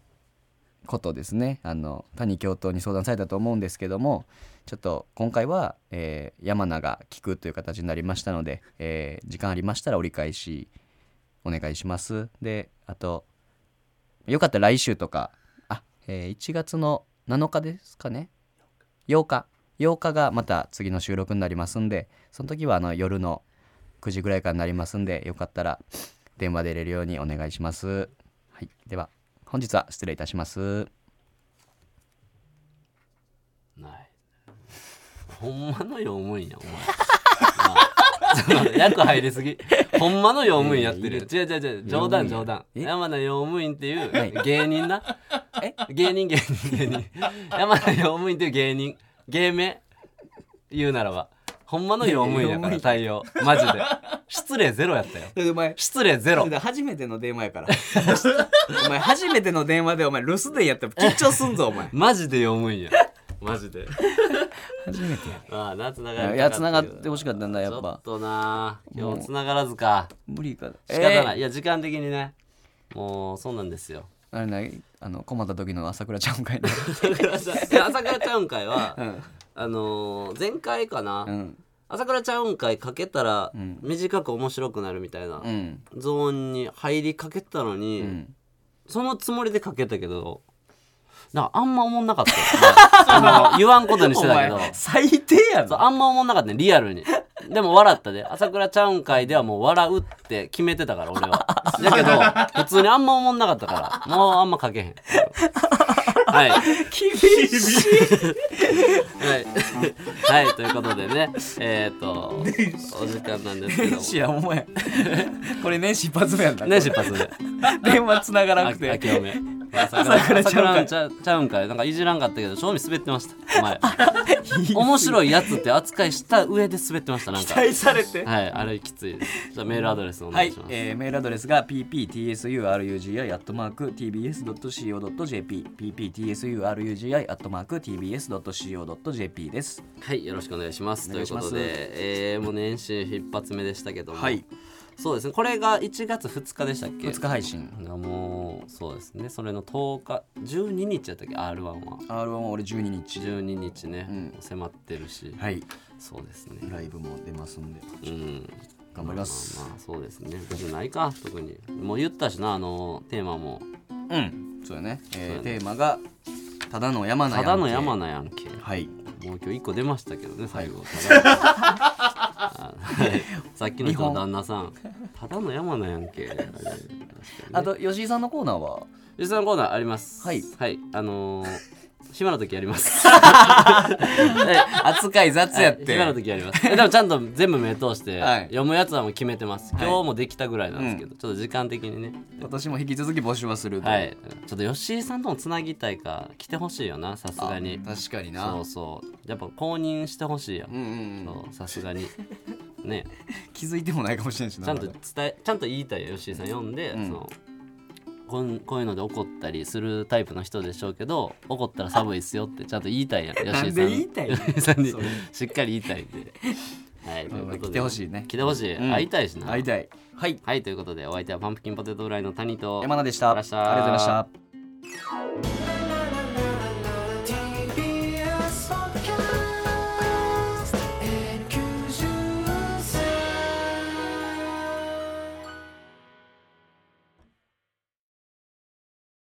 Speaker 3: ことですねあの谷教頭に相談されたと思うんですけどもちょっと今回は、えー山名が聞くという形になりましたので、えー時間ありましたら折り返しお願いしますであとよかったら来週とかあ、えー1月の7日ですかね8日8日がまた次の収録になりますんでその時はあの夜の9時ぐらいからになりますんでよかったら電話出れるようにお願いします、はい、では本日は失礼いたします
Speaker 2: ない。ほんまの用務員や、お前。なあその役入りすぎ。ほんまの用務員やってる。違う違う違う、冗談冗談。
Speaker 3: え
Speaker 2: 山名用務員ってい
Speaker 3: は
Speaker 2: う芸人な。え芸人芸人芸人。山名用務員っていう芸人。芸名言うならば。ほんまの用務員やから、対応。マジで。失礼ゼロやったよ。
Speaker 3: お前
Speaker 2: 失礼ゼロ。
Speaker 3: 初めての電話やから <laughs> お前初めての電話でお前留守電やったら緊張すんぞお前
Speaker 2: マジで用務員や。マジで。
Speaker 3: 初めてや
Speaker 2: ああ、な、繋がりたかったけど
Speaker 3: いや繋がってほしかったんだやっぱ
Speaker 2: ちょっとな、今日繋がらずか。
Speaker 3: 無理か
Speaker 2: 仕方ない、
Speaker 3: い、
Speaker 2: いや時間的にねもうそうなんですよ <laughs>
Speaker 3: えーあれないあの困った時の朝倉ちゃんかいな
Speaker 2: 朝倉ちゃんいや朝倉ちゃうん会は、
Speaker 3: ん
Speaker 2: あのー前回かな、
Speaker 3: うん
Speaker 2: 朝倉ちゃうん会かけたら
Speaker 3: ん
Speaker 2: 短く面白くなるみたいな、
Speaker 3: うん
Speaker 2: ゾーンに入りかけたのに、
Speaker 3: ん
Speaker 2: そのつもりでかけたけどなんかあんま思んなかったよあの言わんことにして
Speaker 3: <laughs>
Speaker 2: たけど
Speaker 3: 最低や
Speaker 2: そうあんま思んなかったねリアルにでも笑ったで朝倉ちゃうん会ではもう笑うって決めてたから俺はだ <laughs> けど普通にあんま思んなかったからもうあんま書けへんはい
Speaker 3: 厳しい
Speaker 2: はい、はい、ということでねえっ、とお時間なん
Speaker 3: <laughs>
Speaker 2: ですけども
Speaker 3: 年始やお前これ年始一発目やんな
Speaker 2: ね出発で
Speaker 3: 電話つながら
Speaker 2: あ
Speaker 3: なくて
Speaker 2: 明けおめ朝倉ちゃうんちゃちゃうんかいなんかいじらんかったけど正味滑ってましたお前 <laughs> 面白いやつって扱いした上で滑ってましたなんか
Speaker 3: 愛されて
Speaker 2: はいあれきついですじゃあメールアドレスお
Speaker 3: は
Speaker 2: 願い
Speaker 3: い
Speaker 2: します、、
Speaker 3: えー、メールアドレスが pptsurugi.tbs.co.jp pptsurugi.tbs.co.jp です。
Speaker 2: はい、よろしくお願いします。
Speaker 3: お
Speaker 2: と
Speaker 3: 願
Speaker 2: い
Speaker 3: いうし
Speaker 2: こ
Speaker 3: ます
Speaker 2: とで、えーもう年始一発目でしたけども、
Speaker 3: はい、
Speaker 2: そうですね、これが1月2日でしたっけ
Speaker 3: 2日配信。
Speaker 2: がもう、そうですね、それの10日、12日やったっけ、R1 は。
Speaker 3: R1 は俺12日。
Speaker 2: 12日ね、
Speaker 3: うん
Speaker 2: 迫ってるし、
Speaker 3: はい、
Speaker 2: そうですね。
Speaker 3: ライブも出ますんで、
Speaker 2: うん、
Speaker 3: 頑張ります。
Speaker 2: まあまあ、そうですね、別にないか、特に。もう言ったしな、あの、テーマも、
Speaker 3: うんそうだね、えー
Speaker 2: そうだね
Speaker 3: テーマが「ただの山名や
Speaker 2: ただ
Speaker 3: んけ」
Speaker 2: の山名やんけ
Speaker 3: はい
Speaker 2: もう今日1個出ましたけどね最後、た
Speaker 3: <laughs>
Speaker 2: だあはいさっきの人の旦那さんただの山名やんけあれ確かにね
Speaker 3: あと吉井さんのコーナーは
Speaker 2: 実際のコーナーあります
Speaker 3: はい
Speaker 2: あの
Speaker 3: <laughs>
Speaker 2: ー、暇の時やります
Speaker 3: 扱い雑やって、
Speaker 2: 暇の時やりますえでもちゃんと全部目通して、
Speaker 3: はい
Speaker 2: 読むやつはもう決めてます今日もできたぐらいなんですけど、ちょっと時間的にね
Speaker 3: 私も引き続き募集はすると
Speaker 2: はいちょっと吉井さんともつなぎたいから来てほしいよなさす
Speaker 3: あ
Speaker 2: がに
Speaker 3: 確かにな
Speaker 2: そうそうやっぱ公認してほしいや、
Speaker 3: うんんうんうん
Speaker 2: そうさす
Speaker 3: <laughs>
Speaker 2: がにね
Speaker 3: 気づいてもないかもしれんしな
Speaker 2: ちゃんと伝えちゃんと言いたいよ吉井さん読んで、
Speaker 3: ん
Speaker 2: そのこんこういうので怒ったりするタイプの人でしょうけど怒ったら寒いっすよってちゃんと言いたいやん吉井さん
Speaker 3: なんで言いたいの
Speaker 2: 吉井 <laughs> さんにしっかり言いたいんではいということで
Speaker 3: 来てほしいね
Speaker 2: 来てほしい、
Speaker 3: うん
Speaker 2: 会いたいしな
Speaker 3: 会いたいはい
Speaker 2: はいということでお相手はパンプキンポテトフライの谷と
Speaker 3: 山名でした
Speaker 2: ありがとうございました
Speaker 3: ありがとうございました